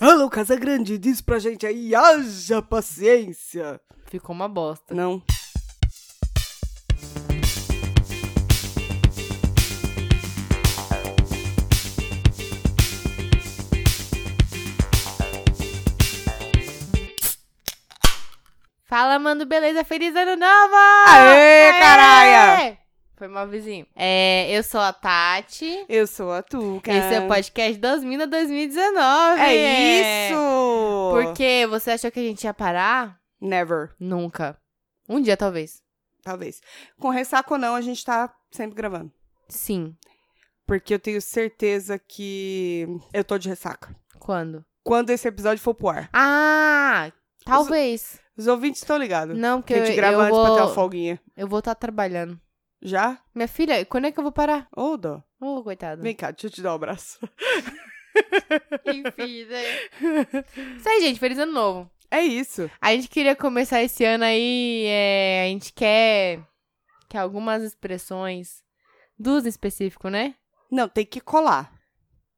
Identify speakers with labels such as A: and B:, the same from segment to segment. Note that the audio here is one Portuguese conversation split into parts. A: Alô, Casa é Grande, diz pra gente aí, haja paciência.
B: Ficou uma bosta.
A: Não.
B: Fala, mano, beleza? Feliz ano novo!
A: Aê, caralho!
B: Foi mal vizinho. É, eu sou a Tati.
A: Eu sou a Tuca.
B: Esse é o podcast 2000 a 2019.
A: É isso!
B: Porque você achou que a gente ia parar?
A: Never,
B: Nunca. Um dia, talvez.
A: talvez. Com ressaca ou não, a gente tá sempre gravando.
B: Sim.
A: Porque eu tenho certeza que eu tô de ressaca.
B: Quando?
A: Quando esse episódio for pro ar.
B: Ah! Talvez.
A: Os ouvintes estão ligados.
B: Não, porque
A: Que a gente
B: eu,
A: grava
B: eu
A: antes pra ter uma
B: vou...
A: folguinha.
B: Eu vou estar trabalhando.
A: Já?
B: Minha filha, quando é que eu vou parar?
A: Ô, dó.
B: Ô, coitado.
A: Vem cá, deixa eu te dar um abraço.
B: Enfim, né? Isso aí, gente. Feliz ano novo.
A: É isso.
B: A gente queria começar esse ano aí, é, a gente quer que algumas expressões, duas em específico, né?
A: Não, tem que colar.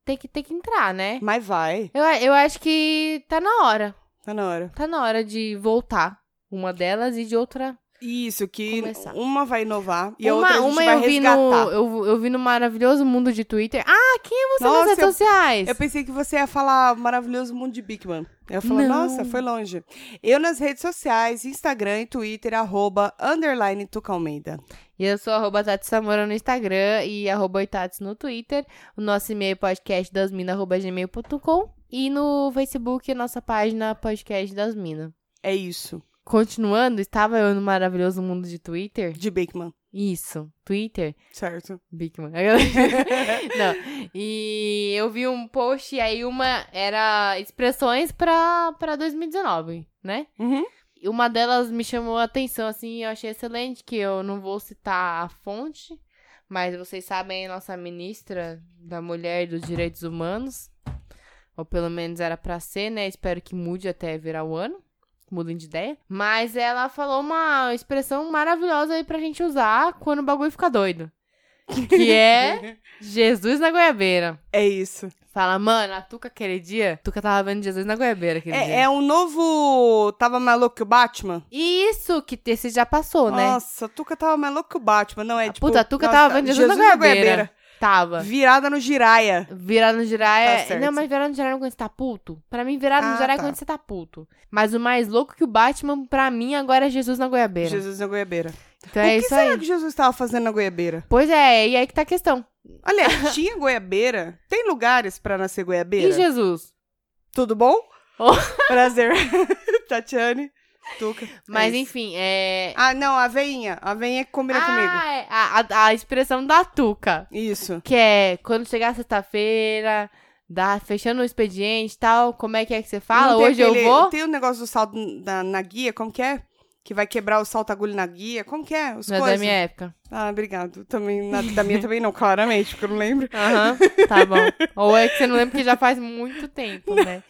B: Tem que, tem que entrar, né?
A: Mas vai.
B: Eu, a- eu acho que tá na hora.
A: Tá na hora.
B: Tá na hora de voltar uma delas e de outra.
A: Isso, que
B: Começar.
A: uma vai inovar e a
B: uma
A: outra a gente
B: uma
A: vai
B: eu, vi
A: resgatar.
B: no, eu, eu vi no maravilhoso mundo de Twitter. Ah, quem é você nas
A: Nossa,
B: redes
A: eu-
B: sociais?
A: Eu pensei que você ia falar maravilhoso mundo de Big Man. Eu ia falar,
B: Não.
A: nossa, foi longe. Eu nas redes sociais, Instagram e Twitter, arroba, underline Tuca Almeida.
B: E eu sou arroba Tati Samora no Instagram e arroba Oitatis no Twitter. O nosso e-mail é podcast gmail.com e no Facebook a nossa página podcast das minas.
A: É isso,
B: Continuando, estava eu no maravilhoso mundo de Twitter.
A: de Big Man,
B: Isso, Twitter.
A: certo?
B: Big Man. Não. E eu vi um post e aí uma era expressões pra, pra 2019, né?
A: Uhum.
B: E Uma delas me chamou a atenção, assim, eu achei excelente, que eu não vou citar a fonte, mas vocês sabem, a nossa ministra da Mulher e dos Direitos Humanos, ou pelo menos era pra ser, né? Espero que mude até virar o ano, mudem de ideia. Mas ela falou uma expressão maravilhosa aí pra gente usar quando o bagulho fica doido, que é Jesus na goiabeira.
A: É isso.
B: Fala, mano, a Tuca aquele dia, a Tuca tava vendo Jesus na goiabeira aquele dia.
A: É, é um novo... Tava mais louco que o Batman?
B: E Isso que esse já passou, né?
A: Nossa, a Tuca tava mais louco que o Batman, não é?
B: A
A: tipo,
B: puta, a Tuca
A: nossa,
B: tava vendo Jesus na goiabeira. Tava.
A: Virada no giraia.
B: Virar no girar
A: Tá
B: é.
A: certo.
B: não, mas virar no girar não é quando você tá puto. Pra mim, virar no
A: Ah,
B: girar é
A: tá.
B: quando você tá puto. Mas o mais louco é que o Batman, pra mim, agora é Jesus na goiabeira.
A: Jesus na goiabeira.
B: Então
A: o
B: é
A: que
B: isso
A: será
B: aí.
A: que Jesus tava fazendo na goiabeira?
B: Pois é, e aí que tá a questão.
A: Aliás, tinha goiabeira? Tem lugares pra nascer goiabeira? É
B: E Oh. Jesus?
A: Tudo bom?
B: Ô.
A: Prazer. Tatiane, Tuca.
B: Mas
A: É isso.
B: enfim, é.
A: Ah, não, a veinha. A veinha que combina comigo.
B: é, a, a, a expressão da Tuca.
A: Isso.
B: Que é quando chegar sexta-feira, dá, fechando o expediente e tal, como é que é que você fala?
A: Não tem
B: Hoje eu
A: aquele-
B: vou.
A: Tem o negócio do salto na, na guia, como que é? Que vai quebrar o salto agulha na guia. Como que é? Os
B: Não é da
A: coisas.
B: minha época.
A: Ah, obrigado. Também, na- da minha também não, claramente, porque eu não lembro.
B: Aham, tá bom. Ou é que você não lembra que já faz muito tempo, né?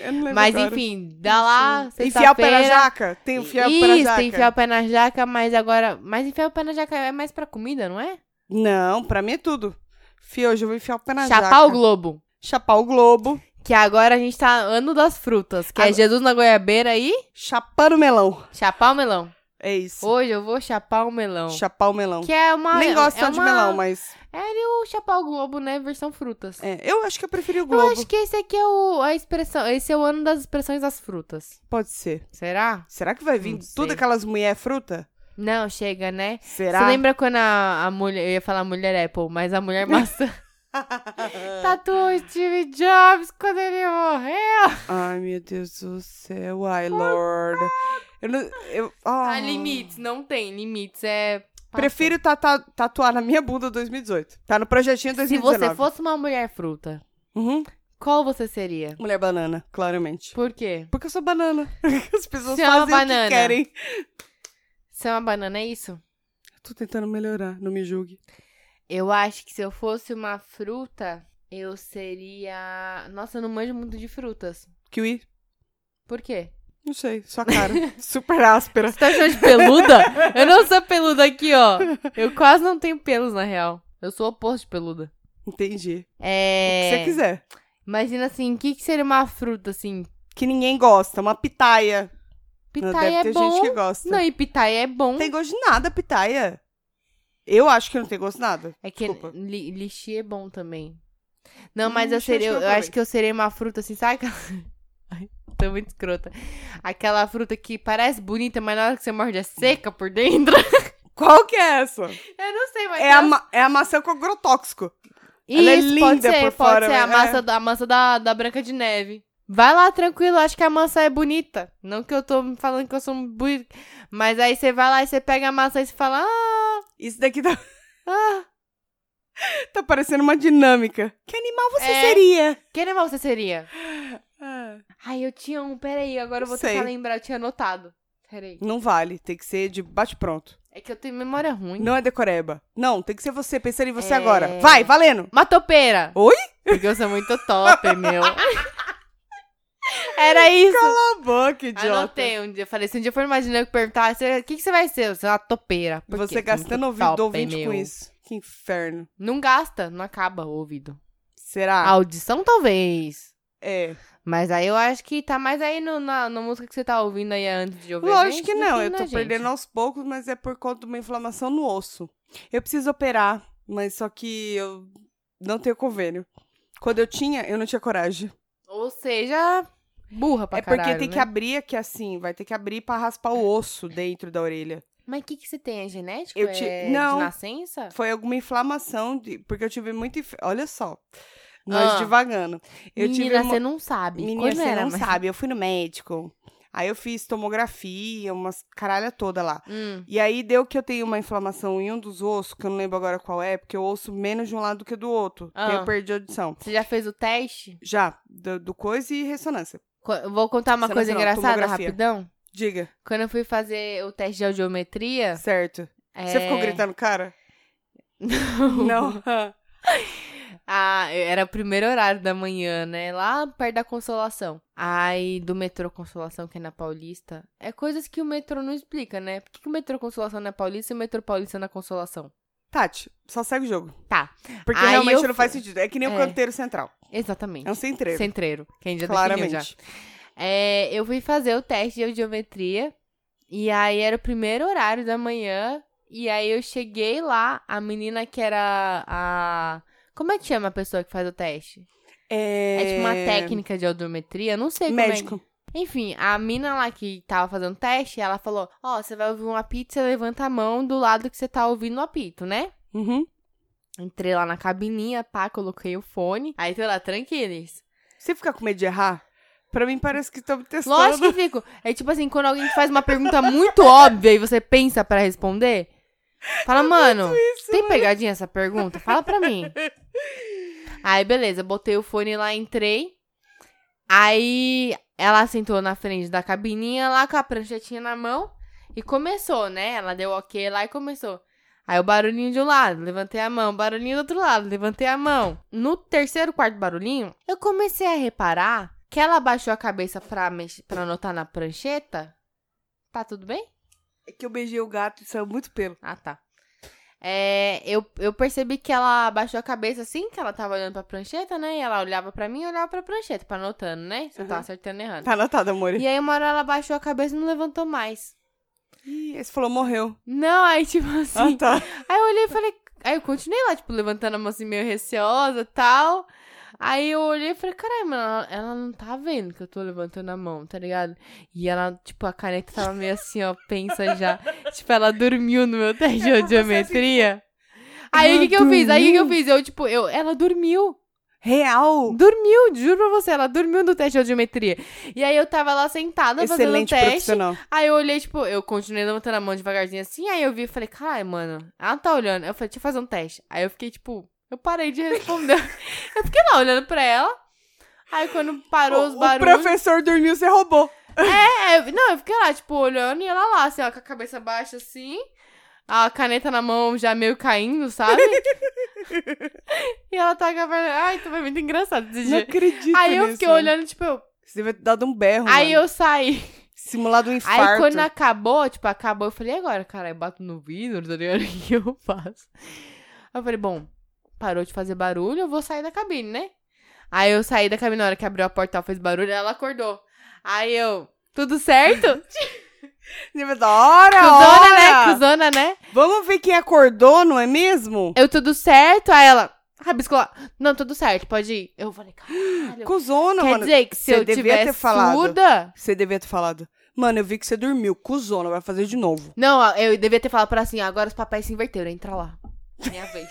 A: Eu não lembro
B: Mas
A: agora.
B: enfim, dá lá,
A: Enfiar o pé na
B: sexta-feira.
A: jaca. Tem o fiel
B: Isso,
A: pé na jaca.
B: tem enfiar o pé na jaca, mas agora... Mas enfiar o pé na jaca é mais pra comida, não é?
A: Não, pra mim é tudo. Fio, hoje eu vou enfiar o pé na
B: Chapar
A: jaca.
B: o globo.
A: Chapar o globo.
B: Que agora a gente tá ano das frutas, que é
A: Agora-
B: Jesus na goiabeira e
A: Chapar o melão.
B: chapar o melão.
A: É isso.
B: Hoje eu vou chapar o melão.
A: Chapar o melão.
B: Que é uma...
A: Nem gosto
B: é
A: tanto
B: uma-
A: de melão, mas.
B: É o chapar o globo, né? Versão frutas.
A: é, eu acho que eu preferi o
B: Eu
A: Globo.
B: acho que esse aqui é o, a expressão... Esse é o ano das expressões das frutas.
A: Pode ser.
B: Será?
A: Será que vai vir
B: Não sei.
A: tudo aquelas mulher fruta?
B: Não, chega, né?
A: Será?
B: Você lembra quando a, a mulher. Eu ia falar mulher Apple, mas a mulher maçã. Tatuou o Steve Jobs quando ele morreu.
A: Ai, meu Deus do céu. Ai, Lord. Eu não. Eu, ah.
B: Há limites, não tem limites. É. passou.
A: Prefiro tata- tatuar na minha bunda 2018. Tá no projetinho
B: Se
A: 2019.
B: você fosse uma mulher fruta,
A: Uhum.
B: qual você seria?
A: Mulher banana, claramente.
B: Por quê?
A: Porque eu sou banana. As pessoas
B: Você é uma
A: fazem o
B: banana.
A: que querem.
B: Você é uma banana, é isso?
A: Tô tentando melhorar, não me julgue.
B: Eu acho que se eu fosse uma fruta, eu seria. Nossa, eu não manjo muito de frutas.
A: Kiwi?
B: Por quê?
A: Não sei, sua cara. Super áspera.
B: Você tá achando de peluda? Eu não sou peluda aqui, ó. Eu quase não tenho pelos, na real. Eu sou o oposto de peluda.
A: Entendi.
B: É.
A: O que você quiser.
B: Imagina assim, o que, que seria uma fruta, assim?
A: Que ninguém gosta, uma pitaia.
B: Pitaia
A: Deve
B: é
A: ter
B: bom.
A: gente que gosta.
B: Não, e pitaia é bom.
A: Não tem gosto de nada, pitaia. Eu acho que não tem gosto de nada.
B: É que
A: Desculpa.
B: li, lixi é bom também. Não, mas
A: Lixi,
B: eu
A: acho
B: seria.
A: que eu
B: Eu, acho que eu serei uma fruta assim, sabe? aquela- Ai, Tô muito escrota. Aquela fruta que parece bonita, mas na hora que você morde é seca por dentro.
A: Qual que é essa?
B: Eu não sei, mas.
A: É a, ma- é a maçã com agrotóxico. ela é
B: Isso,
A: linda
B: pode ser,
A: por
B: pode
A: fora,
B: ser a
A: mas- é.
B: massa, da, a massa da, da Branca de Neve. Vai lá, tranquilo, acho que a maçã é bonita. Não que eu tô falando que eu sou bonita. Mas aí você vai lá e você pega a maçã e você fala, ah,
A: Isso daqui tá,
B: ah.
A: tá parecendo uma dinâmica. Que animal você
B: É.
A: seria?
B: Que animal você seria? Ai, eu tinha um, peraí, agora eu vou
A: Sei.
B: tentar lembrar, eu tinha anotado. Peraí.
A: Não vale, tem que ser de bate-pronto.
B: É que eu tenho memória ruim.
A: Não é decoreba. Não, tem que ser você, pensando em você
B: É.
A: agora. Vai, valendo!
B: Uma topeira.
A: Oi?
B: Porque eu sou muito top, meu. Era isso.
A: Cala a boca, idiota.
B: Anotei um dia. eu Falei, se um dia for imaginar que perguntar, "Ah, "Você- o que, que você vai ser? Eu sou uma topeira. Por quê?
A: Você
B: Sou
A: gastando o
B: muito
A: ouvido
B: top,
A: do ouvinte
B: meu.
A: com isso. Que inferno.
B: Não gasta, não acaba o ouvido. A
A: Será?
B: audição, talvez.
A: É.
B: Mas aí eu acho que tá mais aí no, na, na música que você tá ouvindo aí antes de ouvir. a
A: Lógico
B: gente,
A: que não,
B: tem,
A: eu
B: né,
A: tô
B: gente?
A: perdendo aos poucos, mas é por conta de uma inflamação no osso. Eu preciso operar, mas só que eu não tenho convênio. Quando eu tinha, eu não tinha coragem.
B: Ou seja, burra pra
A: é porque
B: caralho,
A: tem que
B: né?
A: abrir aqui assim, vai ter que abrir pra raspar o osso dentro da orelha.
B: Mas o que, que você tem? É genético?
A: Eu te-
B: É
A: não.
B: De nascença?
A: Foi alguma inflamação, de- porque eu tive muito. inf- Olha só, nós
B: Ah.
A: devagando. Eu tive
B: Menina,
A: uma...
B: você não sabe.
A: Menina,
B: Quando
A: você
B: era
A: não
B: mais-
A: sabe, eu fui no médico. Aí eu fiz tomografia, umas caralha toda lá.
B: Hum,
A: E aí deu que eu tenho uma inflamação em um dos ossos, que eu não lembro agora qual é, porque eu ouço menos de um lado do que do outro.
B: Ah.
A: Aí eu perdi a audição.
B: você já fez o teste?
A: Já, do, do coisa e ressonância.
B: Co- eu Vou contar uma
A: Você não
B: coisa
A: sei não,
B: engraçada
A: tomografia.
B: rapidão.
A: Diga,
B: Quando eu fui fazer o teste de audiometria.
A: certo. Você
B: é,
A: ficou gritando, cara? Não.
B: Ah, era o primeiro horário da manhã, né? Lá perto da Consolação. Aí, do metrô Consolação, que é na Paulista. É coisas que o metrô não explica, né? Por que, que o metrô Consolação é na Paulista e o metrô Paulista é na Consolação?
A: Tati, só segue o jogo.
B: Tá.
A: Porque
B: Aí
A: realmente
B: eu
A: não faz sentido. É que nem o
B: É.
A: canteiro central.
B: Exatamente.
A: É um centreiro.
B: Centreiro. Que a gente já definiu já.
A: claramente.
B: É, eu fui fazer o teste de audiometria. E aí era o primeiro horário da manhã. E aí eu cheguei lá, a menina que era a. Como é que chama a pessoa que faz o teste?
A: É...
B: É, tipo uma técnica de audiometria, não sei como
A: Médico.
B: é. que- Enfim, a mina lá que tava fazendo o teste, ela falou: Ó, você vai ouvir um apito, você levanta a mão do lado que você tá ouvindo o apito, né?
A: Uhum.
B: Entrei lá na cabininha, pá, coloquei o fone. Aí tô lá, tranquilos.
A: Você fica com medo de errar? Pra mim parece que estão me testando.
B: Lógico que fico. É tipo assim, quando alguém te faz uma pergunta muito óbvia e você pensa pra responder, fala, mano, tem pegadinha essa pergunta? Fala pra mim. Aí, beleza, botei o fone lá, entrei. Aí ela sentou na frente da cabininha lá com a pranchetinha na mão e começou, né? Ela deu ok lá e começou. Aí o barulhinho de um lado, levantei a mão, barulhinho do outro lado, levantei a mão. No terceiro, quarto barulhinho, eu comecei a reparar que ela baixou a cabeça pra, mex- pra anotar na prancheta. Tá tudo bem?
A: É que eu beijei o gato e saiu muito pelo.
B: Ah, tá. É, eu, eu percebi que ela baixou a cabeça assim, que ela tava olhando pra prancheta, né? E ela olhava pra mim e olhava pra prancheta, pra anotando, né? Se eu tava
A: Aham.
B: acertando e errando.
A: Tá anotado, amor.
B: E aí uma hora ela baixou a cabeça e não levantou mais.
A: Ih, esse falou morreu.
B: Não, aí tipo assim.
A: Ah, tá.
B: Aí eu olhei e falei. Aí eu continuei lá, tipo, levantando a mão assim, meio receosa e tal. Aí eu olhei e falei, caralho, mano, ela, ela não tá vendo que eu tô levantando a mão, tá ligado? E ela, tipo, a caneta tava meio assim, ó, pensa já. tipo, ela dormiu no meu teste de audiometria. Aí o que que eu
A: Ela
B: fiz? Aí o que que eu
A: dormiu?
B: fiz? Eu, tipo, eu, ela dormiu.
A: Real!
B: Dormiu, juro pra você, ela dormiu no teste de audiometria. E aí eu tava lá sentada
A: Excelente
B: fazendo o teste.
A: profissional.
B: Aí eu olhei, tipo, eu continuei levantando a mão devagarzinho assim, aí eu vi e falei, caralho, mano, ela tá olhando. Eu falei, deixa eu fazer um teste. Aí eu fiquei, tipo, eu parei de responder. eu fiquei lá olhando pra ela. Aí quando parou os
A: O- O
B: barulhos.
A: professor dormiu, você roubou.
B: É, eu- não, eu fiquei lá, tipo, olhando e ela lá, assim, ó, com a cabeça baixa assim, a caneta na mão já meio caindo, sabe? e ela tá com a. Ai, então foi muito engraçado esse
A: Não
B: dia.
A: acredito
B: Aí eu
A: nisso,
B: fiquei
A: mano.
B: olhando, tipo, eu...
A: Você devia ter dado um berro,
B: aí
A: mano.
B: eu saí.
A: Simulado um
B: Aí
A: infarto.
B: quando acabou, tipo, acabou, eu falei, e agora, cara, eu bato no vidro, tá ligado? O que eu faço? Aí eu falei, bom, parou de fazer barulho, eu vou sair da cabine, né? Aí eu saí da cabine na hora que abriu a porta, ela fez barulho, ela acordou. Aí eu, tudo certo?
A: Tipo, Da hora,
B: Cusona, né?
A: É hora.
B: Cusona, né?
A: Vamos ver quem acordou, não é mesmo?
B: Eu, tudo certo? Aí ela, rabiscou lá. Não, tudo certo, pode ir. Eu falei, caralho.
A: Cusona,
B: Quer
A: mano.
B: dizer que se
A: você
B: eu
A: devia
B: tivesse
A: ter falado.
B: surda...
A: Você devia ter falado. Mano, eu vi que você dormiu. Cusona, vai fazer de novo.
B: Não, ó, eu devia ter falado pra ela assim, agora os papéis se inverteram, entra lá. Minha vez.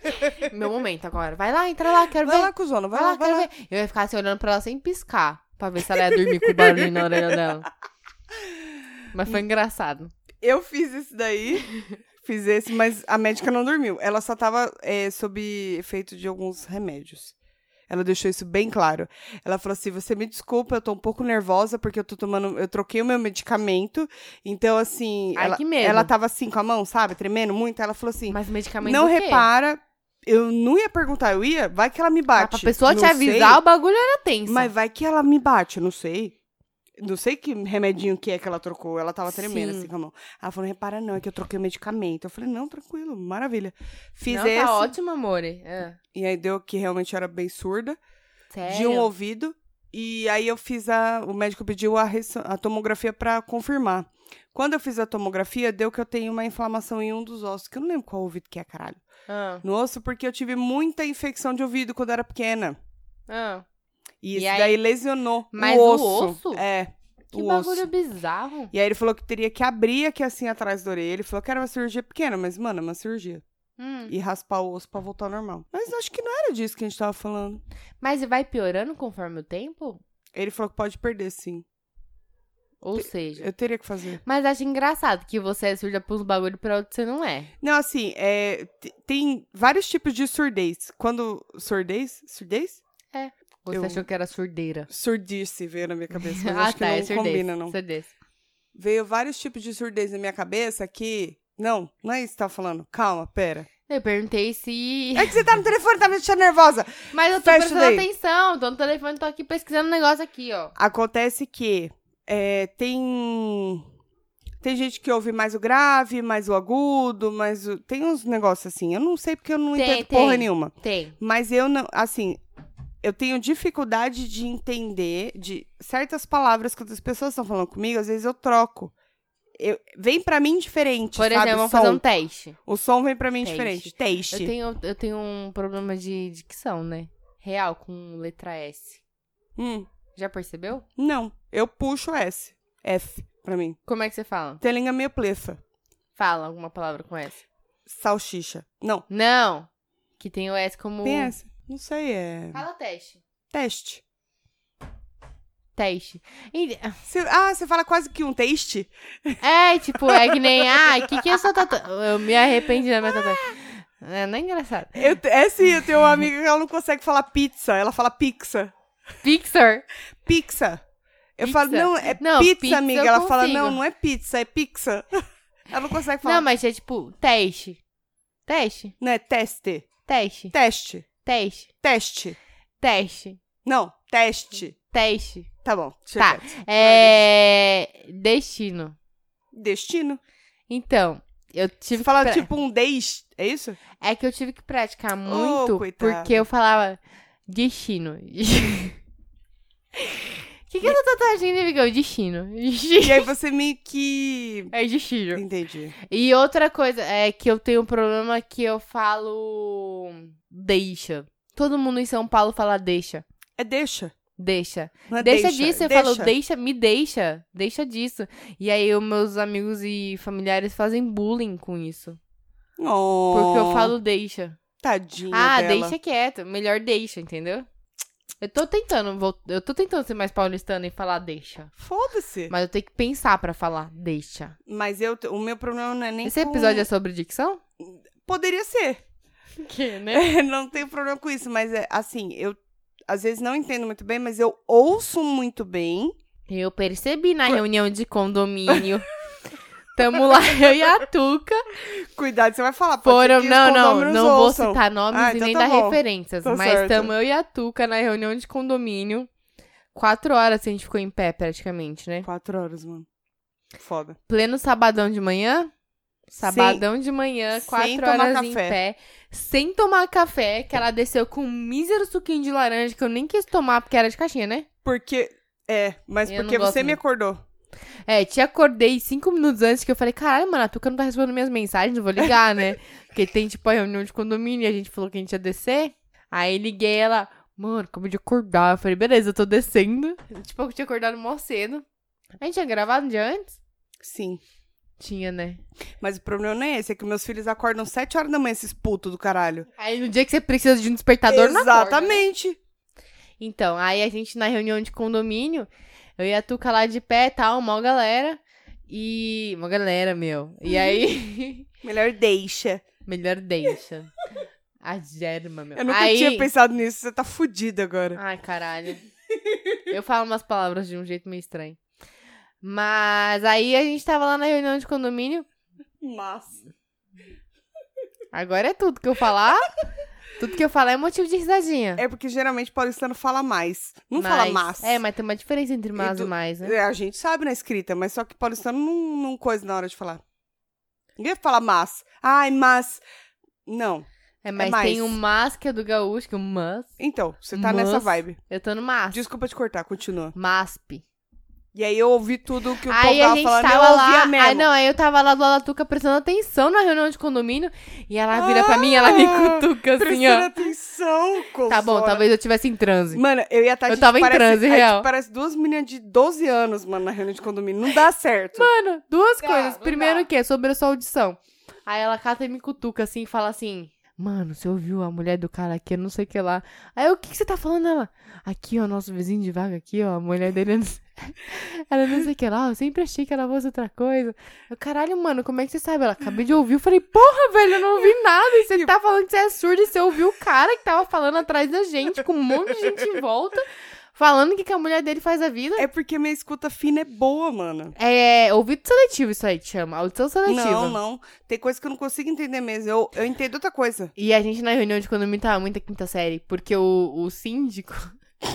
B: Meu momento agora. Vai lá, entra lá, quero
A: Vai
B: ver.
A: lá, cuzona, vai
B: Vai
A: lá, vai lá.
B: quero ver. Eu ia ficar assim olhando pra ela sem piscar. Pra ver se ela ia dormir com o barulho na orelha dela. Mas foi engraçado.
A: Eu fiz esse daí. Fiz esse, mas a médica não dormiu. Ela só tava é, sob efeito de alguns remédios. Ela deixou isso bem claro. Ela falou assim: você me desculpa, eu tô um pouco nervosa porque eu tô tomando. Eu troquei o meu medicamento. Então, assim.
B: Ai,
A: ela,
B: que medo.
A: ela tava assim com a mão, sabe? Tremendo muito. Ela falou assim:
B: Mas medicamento.
A: não
B: do quê?
A: repara. Eu não ia perguntar, eu ia, vai que ela me
B: Ah,
A: bate.
B: pra pessoa te
A: Não
B: avisar,
A: sei.
B: o bagulho era tenso.
A: Mas vai que ela me bate, eu não sei. Não sei que remedinho que é que ela trocou. Ela tava tremendo
B: Sim.
A: assim com a mão. Ela falou: não repara, não, é que eu troquei o medicamento. Eu falei, não, tranquilo, maravilha. Fiz
B: não,
A: esse.
B: tá ótimo, amore. Ah,
A: e aí deu que realmente era bem surda,
B: sério.
A: de um ouvido. E aí eu fiz a. O médico pediu a, resso- a tomografia pra confirmar. Quando eu fiz a tomografia, deu que eu tenho uma inflamação em um dos ossos, que eu não lembro qual ouvido que é, caralho.
B: Ah,
A: No osso, porque eu tive muita infecção de ouvido quando era pequena.
B: ah.
A: E,
B: E
A: isso
B: aí-
A: daí lesionou
B: Mas
A: o
B: o
A: osso.
B: osso?
A: É.
B: Que
A: o
B: bagulho
A: osso.
B: bizarro.
A: E aí ele falou que teria que abrir aqui assim atrás da orelha. Ele falou que era uma cirurgia pequena, mas, mano, é uma cirurgia.
B: Hum.
A: E raspar o osso pra voltar ao normal. Mas acho que não era disso que a gente tava falando.
B: Mas vai piorando conforme o tempo?
A: Ele falou que pode perder, sim.
B: Ou seja.
A: Eu teria que fazer.
B: Mas acho engraçado que você é surda pra uns bagulho e pra outro você não é.
A: Não, assim, é, t- tem vários tipos de surdez. Quando. Surdez? Surdez?
B: Você
A: Eu-
B: achou que era surdeira.
A: Surdice veio na minha cabeça. Mas
B: ah,
A: acho
B: tá,
A: que
B: é
A: não
B: surdez.
A: combina, não.
B: surdez.
A: Veio vários tipos de surdez na minha cabeça que. Não, não é isso que você tá falando. Calma, pera.
B: Eu perguntei se.
A: É que você tá no telefone, tá me deixando nervosa.
B: Mas eu tô
A: Fecha
B: prestando
A: daí.
B: atenção, tô no telefone, tô aqui pesquisando um negócio aqui, ó.
A: Acontece que é, tem. Tem gente que ouve mais o grave, mais o agudo, mais o. Tem uns negócios assim. Eu não sei porque eu não
B: Tem,
A: entendo
B: tem.
A: porra nenhuma.
B: Tem.
A: Mas eu não. Assim, eu tenho dificuldade de entender de certas palavras que outras pessoas estão falando comigo, às vezes eu troco. Eu- vem pra mim diferente.
B: Por
A: sabe,
B: exemplo,
A: o
B: vamos
A: som.
B: fazer um teste.
A: O som vem pra mim
B: Teste.
A: diferente. Teste.
B: Eu tenho, eu tenho um problema de dicção, né? Real, com letra S.
A: Hum,
B: Já percebeu?
A: não. Eu puxo S. F pra mim.
B: Como é que você fala?
A: Telinha meio plefa.
B: Fala alguma palavra com S.
A: Salsicha. Não.
B: Não! Que tem o S como. um.
A: Tem essa? Não sei, é.
B: Fala teste.
A: Teste.
B: Teste. E-
A: Cê- ah, você fala quase que um taste?
B: É, tipo, é que nem, ah, que que é sua tatuagem? Eu me arrependi da minha tatuagem. É, não é engraçado.
A: Eu, te- é sim, eu tenho uma amiga que ela não consegue falar pizza. Ela fala pizza.
B: Pixar.
A: Pizza. Eu
B: Pizza.
A: falo, não, é
B: Não,
A: pizza,
B: pizza
A: amiga.
B: eu
A: Ela fala,
B: consigo.
A: não, não é pizza, é pizza. ela não consegue falar.
B: Não,
A: Não,
B: mas é tipo, teste. Teste,
A: é teste. Teste.
B: teste, teste,
A: Teste.
B: teste,
A: Não, teste.
B: teste.
A: Tá bom. deixa
B: Tá.
A: quieto.
B: É. Destino.
A: Destino.
B: Então, eu tive
A: Você fala
B: que. pra-
A: tipo um deste, é isso?
B: É que eu tive que praticar muito
A: coitada.
B: porque eu falava destino. que que é essa tatuagem, né, amigão? Destino.
A: E aí você meio que...
B: É destino.
A: Entendi.
B: E outra coisa é que eu tenho um problema que eu falo deixa. Todo mundo em São Paulo fala deixa.
A: É deixa.
B: Deixa.
A: Não é
B: Ah, deixa, disso, eu falo, deixa, me deixa. Deixa disso. E aí os meus amigos e familiares fazem bullying com isso.
A: Oh,
B: Porque eu falo deixa.
A: Tadinha
B: ah,
A: dela.
B: deixa quieto. Melhor deixa, entendeu? Eu tô tentando, vol- eu tô tentando ser mais paulistana e falar deixa.
A: Foda-se.
B: Mas eu tenho que pensar pra falar deixa.
A: Mas eu, o meu problema não é nem
B: Esse
A: com-
B: episódio é sobre dicção?
A: Poderia ser.
B: Que, né?
A: não tenho problema com isso, mas é assim, eu às vezes não entendo muito bem, mas eu ouço muito bem.
B: Eu percebi na reunião de condomínio. Tamo lá, eu e a Tuca.
A: Cuidado, você vai falar. pode ser
B: Foram,
A: que os
B: não, não,
A: condôminos
B: não vou
A: ouçam.
B: citar nomes
A: Ah,
B: e
A: então
B: nem
A: tá
B: dar
A: bom.
B: referências.
A: Tá
B: mas
A: certo.
B: tamo eu e a Tuca na reunião de condomínio. Quatro horas que a gente ficou em pé, praticamente, né?
A: Quatro horas, mano. Foda.
B: Pleno sabadão de manhã. Sabadão de manhã,
A: Sem
B: quatro
A: tomar
B: horas em
A: café.
B: pé, sem tomar café, que ela desceu com um mísero suquinho de laranja que eu nem quis tomar porque era de caixinha, né?
A: Porque. É, mas
B: Eu não
A: porque
B: gosto
A: você me
B: muito.
A: acordou.
B: É, te acordei cinco minutos antes que eu falei, caralho, mano, a Tuca não tá respondendo minhas mensagens, eu vou ligar, né? Porque tem, tipo, a reunião de condomínio e a gente falou que a gente ia descer. Aí liguei ela, mano, acabei de acordar. Eu falei, beleza, eu tô descendo. Tipo, eu tinha acordado mó cedo. A gente tinha gravado um dia antes?
A: Sim.
B: Tinha, né?
A: Mas o problema não é esse, é que meus filhos acordam sete horas da manhã, esses putos do caralho.
B: Aí no dia que você precisa de um despertador, não acorda, né?
A: Exatamente.
B: Então, aí a gente na reunião de condomínio, eu e a Tuca lá de pé e tal, mó galera. E. Mó galera, meu. E aí.
A: Melhor deixa.
B: Melhor deixa. A germa, meu.
A: Eu nunca
B: aí...
A: tinha pensado nisso, você tá fudida agora.
B: Ai, caralho. Eu falo umas palavras de um jeito meio estranho. Mas aí a gente tava lá na reunião de condomínio.
A: Mas.
B: Agora é tudo que eu falar. tudo que eu falar é motivo de risadinha.
A: É porque geralmente paulistano fala mais. Não fala mas.
B: É, mas tem uma diferença entre mas e,
A: do-
B: mais, né?
A: É, A gente sabe na escrita, mas só que paulistano não, não coisa na hora de falar. Ninguém fala mas. Ai, mas. Não.
B: É, mas
A: mais.
B: tem o mas que é do gaúcho, que é o mas.
A: Então, você tá
B: Mas.
A: nessa vibe.
B: Eu tô no mas.
A: Desculpa te cortar, continua.
B: Masp.
A: E aí eu ouvi tudo que o povo
B: Aí a
A: tava
B: gente
A: falando, eu
B: tava
A: ouvia
B: lá.
A: mesmo.
B: Aí não, aí eu tava lá do lado da Tuca prestando atenção na reunião de condomínio. E ela vira pra mim, ela me
A: Ah,
B: cutuca assim,
A: Prestando
B: ó.
A: atenção,
B: Tá bom,
A: cozona.
B: talvez eu tivesse em transe.
A: Mano, eu e a Tati.
B: Eu
A: a gente
B: tava em
A: parece,
B: transe,
A: a gente
B: real.
A: parece duas meninas de 12 anos, mano, na reunião de condomínio. Não dá certo.
B: Mano, duas
A: Dá,
B: coisas.
A: não
B: Primeiro
A: dá.
B: que é sobre a sua audição. Aí ela cata e me cutuca assim e fala assim: Mano, você ouviu a mulher do cara aqui, eu não sei o que lá. Aí eu, o que, que você tá falando ela? Aqui, ó, nosso vizinho de vaga aqui, ó, a mulher dele. é não sei- Ela é não sei o que lá, eu sempre achei que ela fosse outra coisa. Eu, caralho, mano, como é que você sabe? Ela acabei de ouvir. Eu falei, porra, velho, eu não ouvi nada. E
A: Tipo
B: você tá falando que você é surdo e você ouviu o cara que tava falando atrás da gente, com um monte de gente em volta, falando o que, que a mulher dele faz a vida.
A: É porque minha escuta fina é boa, mano.
B: É, ouvido seletivo isso aí que chama, audição seletiva.
A: Não, não. Tem coisa que eu não consigo entender mesmo. Eu, eu entendo outra coisa.
B: E a gente na reunião de condomínio tava muito a quinta série, porque o, o síndico,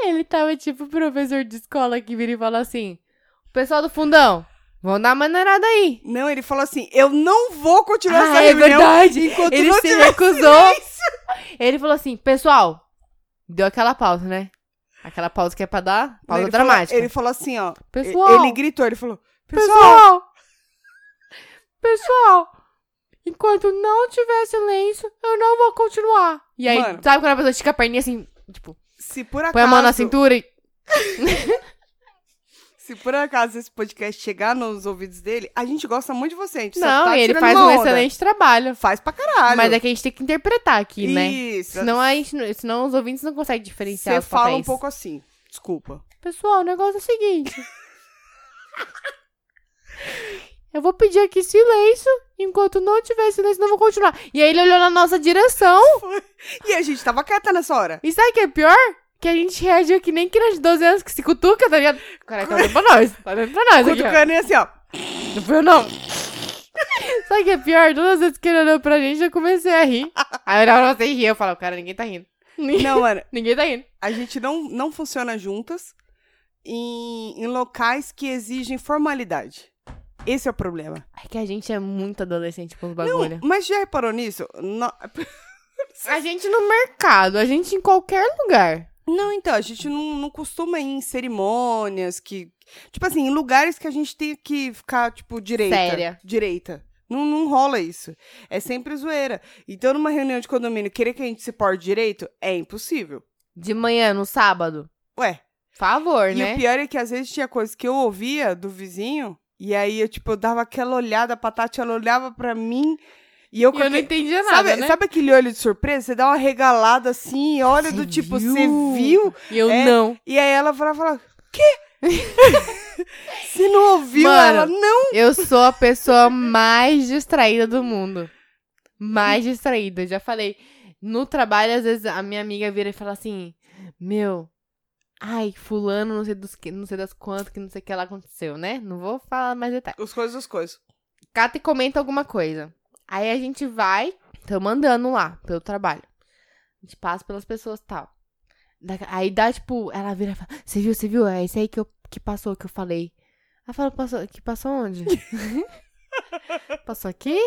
B: ele tava tipo professor de escola que vira e fala assim, o pessoal do fundão, vão dar uma maneirada aí.
A: Não, ele falou assim: eu não vou continuar Tipo essa
B: Ah, é
A: reunião.
B: verdade.
A: enquanto
B: Ele
A: não
B: se
A: tiver
B: recusou. Ele falou assim, pessoal, deu aquela pausa, né? Aquela pausa que é pra dar, pausa
A: ele
B: dramática.
A: Falou, ele falou assim, ó. e-
B: pessoal,
A: Ele gritou, ele falou: Pessoal,
B: Pessoal! Pessoal! Enquanto não tiver silêncio, eu não vou continuar. E aí,
A: Mano.
B: sabe quando a pessoa estica a perninha assim, tipo,
A: se por acaso.
B: põe a mão na cintura e.
A: Se por acaso esse podcast chegar nos ouvidos dele, a gente gosta muito de você. A gente só
B: Não,
A: tá
B: e ele
A: tirando
B: faz
A: uma
B: um
A: onda.
B: excelente trabalho.
A: Faz pra caralho.
B: Mas é que a gente tem que interpretar aqui, né?
A: Isso.
B: Senão, a gente, não- senão os ouvintes não conseguem diferenciar
A: Você
B: os
A: fala um
B: papéis.
A: pouco assim. Desculpa.
B: Pessoal, o negócio é o seguinte. Eu vou pedir aqui silêncio. Enquanto não tiver silêncio, não vou continuar. E aí ele olhou na nossa direção.
A: E a gente tava quieta nessa hora.
B: E sabe o que é pior? Que a gente reagiu que nem criança de 12 anos que se cutuca, tá ligado? Caralho, tá olhando pra nós. Tá olhando pra nós aqui, ó.
A: Cutucando e assim, ó.
B: Não foi eu, não. Sabe o que é pior? Todas as vezes que ele olhou pra gente, eu comecei a rir. Aí eu olhava pra você e ria. Eu falava, cara, ninguém tá rindo. Ninguém,
A: Não, mano,
B: ninguém tá rindo.
A: a gente não, não funciona juntas em, em locais que exigem formalidade. Esse é o problema.
B: É que a gente é muito adolescente com os bagulho.
A: Mas já reparou nisso? No-
B: A gente no mercado, a gente em qualquer lugar.
A: Não, então, a gente não, não costuma ir em cerimônias que. Tipo assim, em lugares que a gente tem que ficar, tipo, direita.
B: Séria.
A: Direita. Não, não rola isso. É sempre zoeira. Então, numa reunião de condomínio, querer que a gente se porte direito é impossível.
B: De manhã, no sábado.
A: Ué,
B: Favor,
A: E
B: né?
A: o pior é que às vezes tinha coisas que eu ouvia do vizinho, e aí eu, tipo, eu dava aquela olhada pra Tati, ela olhava pra mim, e eu...
B: E
A: com
B: eu não
A: aque-
B: entendia nada,
A: sabe,
B: né?
A: sabe aquele olho de surpresa? Você dá uma regalada assim, e olha
B: Cê
A: do tipo,
B: viu?
A: você viu?
B: E eu
A: É,
B: não.
A: E aí ela fala, fala quê? Você não ouviu?
B: Mano.
A: Ela, não.
B: Eu sou a pessoa mais distraída do mundo. Mais distraída. Eu já falei. No trabalho, às vezes, a minha amiga vira e fala assim: Meu, ai, fulano, não sei, dos que, não sei das quantas, que não sei o que lá aconteceu, né? Não vou falar mais detalhes.
A: Os coisas, as coisas.
B: Cata e comenta alguma coisa. Aí a gente vai, tamo andando lá, pelo trabalho. A gente passa pelas pessoas e tal. Da- Aí dá, tipo, ela vira e fala, você viu, você viu? É esse aí que, eu, que passou, que eu falei. Ela fala, passou, que passou onde? Passou aqui?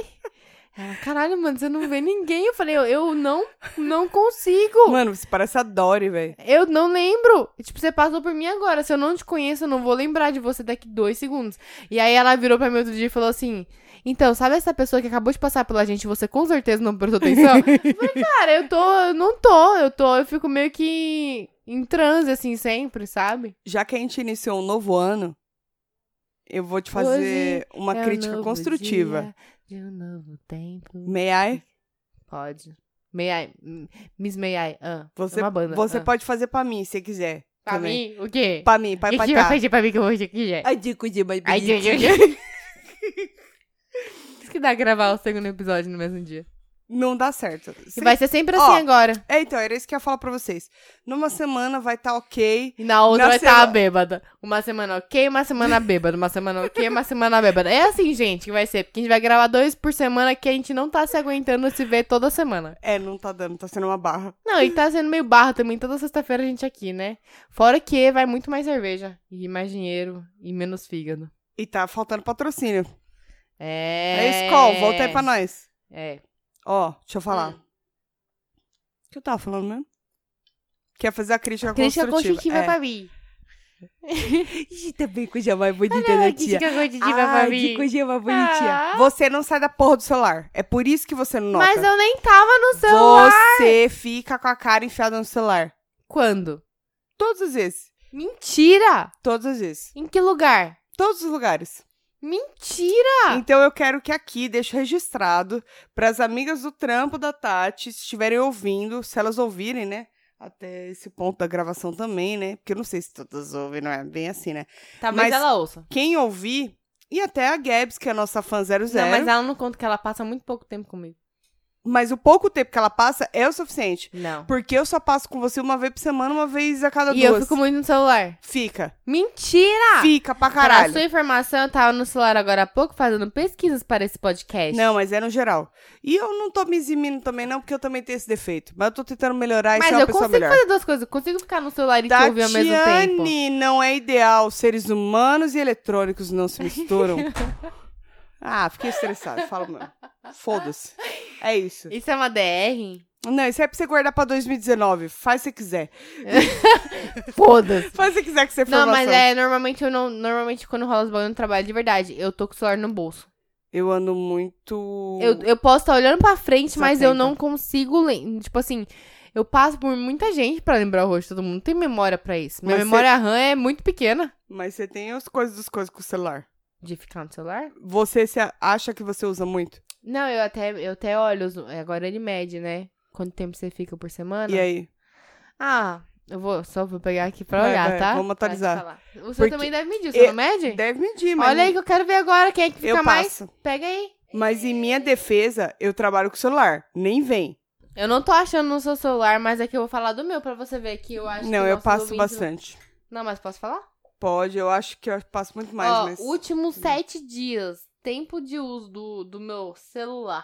B: Ela, caralho, mano, você não vê ninguém. Eu falei, eu, eu não, não consigo.
A: Mano, você parece a Dory, velho.
B: Eu não lembro. Tipo, você passou por mim agora. Se eu não te conheço, eu não vou lembrar de você daqui dois segundos. E aí ela virou pra mim outro dia e falou assim: Então, sabe essa pessoa que acabou de passar pela gente, você com certeza não prestou atenção? eu falei, cara, eu tô, eu não tô, eu tô, eu fico meio que em transe, assim, sempre, sabe?
A: Já que a gente iniciou um novo ano, eu vou te fazer uma
B: É um
A: crítica
B: novo
A: construtiva.
B: dia De um novo tempo.
A: May I?
B: Pode. May I? hum, Miss May I? Ah,
A: Você,
B: é uma banda.
A: você
B: ah.
A: pode fazer pra mim, se quiser.
B: Pra
A: também.
B: mim? O quê?
A: Pra mim,
B: O
A: pra
B: que
A: pra
B: que vai
A: cá.
B: fazer pra mim que eu vou aqui, gente?
A: Ai, dico de mais
B: Ai,
A: bonito.
B: gente, gente. Isso que dá gravar o segundo episódio no mesmo dia.
A: Não dá certo.
B: E
A: Sem-
B: vai ser sempre
A: Ó.
B: assim agora.
A: É, então, era isso que eu ia falar pra vocês. Numa semana vai estar ok.
B: E na outra
A: Na
B: vai estar
A: semana-
B: bêbada. Uma semana ok, uma semana bêbada. Uma semana ok, uma semana bêbada. É assim, gente, que vai ser. Porque a gente vai gravar dois por semana que a gente não tá se aguentando se ver toda semana.
A: É, não tá dando, tá sendo uma barra.
B: Não, e tá sendo meio barra também. Toda sexta-feira a gente aqui, né? Fora que vai muito mais cerveja. E mais dinheiro. E menos fígado.
A: E tá faltando patrocínio.
B: É.
A: É, isso, Col, volta aí pra nós.
B: É.
A: Ó, deixa eu falar.
B: Hum.
A: O que eu tava falando mesmo? Quer fazer a crítica
B: Crítica construtiva
A: construtiva.
B: é. pra mim.
A: É. Também coisa mais bonita né,
B: Não, crítica construtiva pra mim.
A: coisa mais
B: bonitinha.
A: é Você não sai da porra do celular. É por isso que você não nota.
B: Ah. Mas eu nem tava no celular.
A: Você fica com a cara enfiada no celular.
B: Quando?
A: Todas as vezes.
B: Mentira!
A: Todas as vezes.
B: Em que lugar?
A: Todos os lugares.
B: Mentira! Ah.
A: Então eu quero que aqui deixe registrado para as amigas do trampo da Tati, se estiverem ouvindo, se elas ouvirem, né? Até esse ponto da gravação também, né? Porque eu não sei se todas ouvem, não é bem assim, né?
B: Talvez
A: Mas-
B: ela ouça.
A: Quem ouvir, e até a Gabs, que é a nossa fã 00,
B: Não, mas
A: mas,
B: ela não conta que ela passa muito pouco tempo comigo.
A: o pouco tempo que ela passa é o suficiente.
B: Não.
A: Porque eu só passo com você uma vez por semana, uma vez a cada
B: E
A: duas.
B: eu fico Ah, muito no celular.
A: Fica.
B: Mentira!
A: Fica pra
B: Para
A: caralho.
B: sua informação, eu tava no celular agora há pouco fazendo pesquisas para esse podcast.
A: Não, mas é no geral. E eu não tô me eximindo também, não, porque eu também tenho esse defeito. Mas eu tô tentando melhorar e
B: mas
A: ser uma
B: eu
A: pessoa
B: consigo
A: melhor.
B: fazer duas coisas. Eu consigo ficar no celular e te ouvir ao mesmo tempo.
A: Tatiane, não é ideal. Seres humanos e eletrônicos não se misturam. ah, fiquei estressada. Falo, mano. Foda-se. É isso.
B: Isso é uma DR?
A: Não, isso é pra você guardar pra 2019. Faz se quiser.
B: Foda-se.
A: Faz se quiser que você
B: Não,
A: formação.
B: mas é, normalmente eu não. Normalmente quando rola os bagulho no trabalho de verdade, eu tô com o celular no bolso.
A: Eu ando muito.
B: Eu, eu posso estar olhando pra frente, mas eu
A: Desatenta.
B: não consigo lembrar. Tipo assim, eu passo por muita gente pra lembrar o rosto de todo mundo. Não tem memória pra isso. Minha
A: Mas
B: memória RAM é muito pequena
A: Mas você tem as coisas das coisas com o celular.
B: de ficar no celular.
A: Você se a- acha que você usa muito?
B: Não, eu até, eu até olho. os- Agora ele mede, né? Quanto tempo você fica por semana?
A: E aí?
B: Ah, eu vou só vou pegar aqui pra
A: Vai,
B: olhar,
A: vai,
B: tá?
A: vamos
B: Pra te
A: atualizar.
B: falar. O seu
A: Porque-
B: também deve medir, você
A: Eu-
B: não mede?
A: Deve medir, mas.
B: Olha aí que eu quero ver agora quem é que fica
A: eu
B: mais.
A: passo.
B: Pega aí.
A: Mas em minha defesa, eu trabalho com o celular. Nem vem.
B: Eu não tô achando no seu celular, mas é que eu vou falar do meu pra você ver que eu acho que
A: não, eu
B: nossos
A: passo
B: ouvintes-
A: bastante.
B: Não, mas posso falar?
A: Pode, eu acho que eu passo muito mais,
B: Ó,
A: mas.
B: últimos sete dias, tempo de uso do, do meu celular.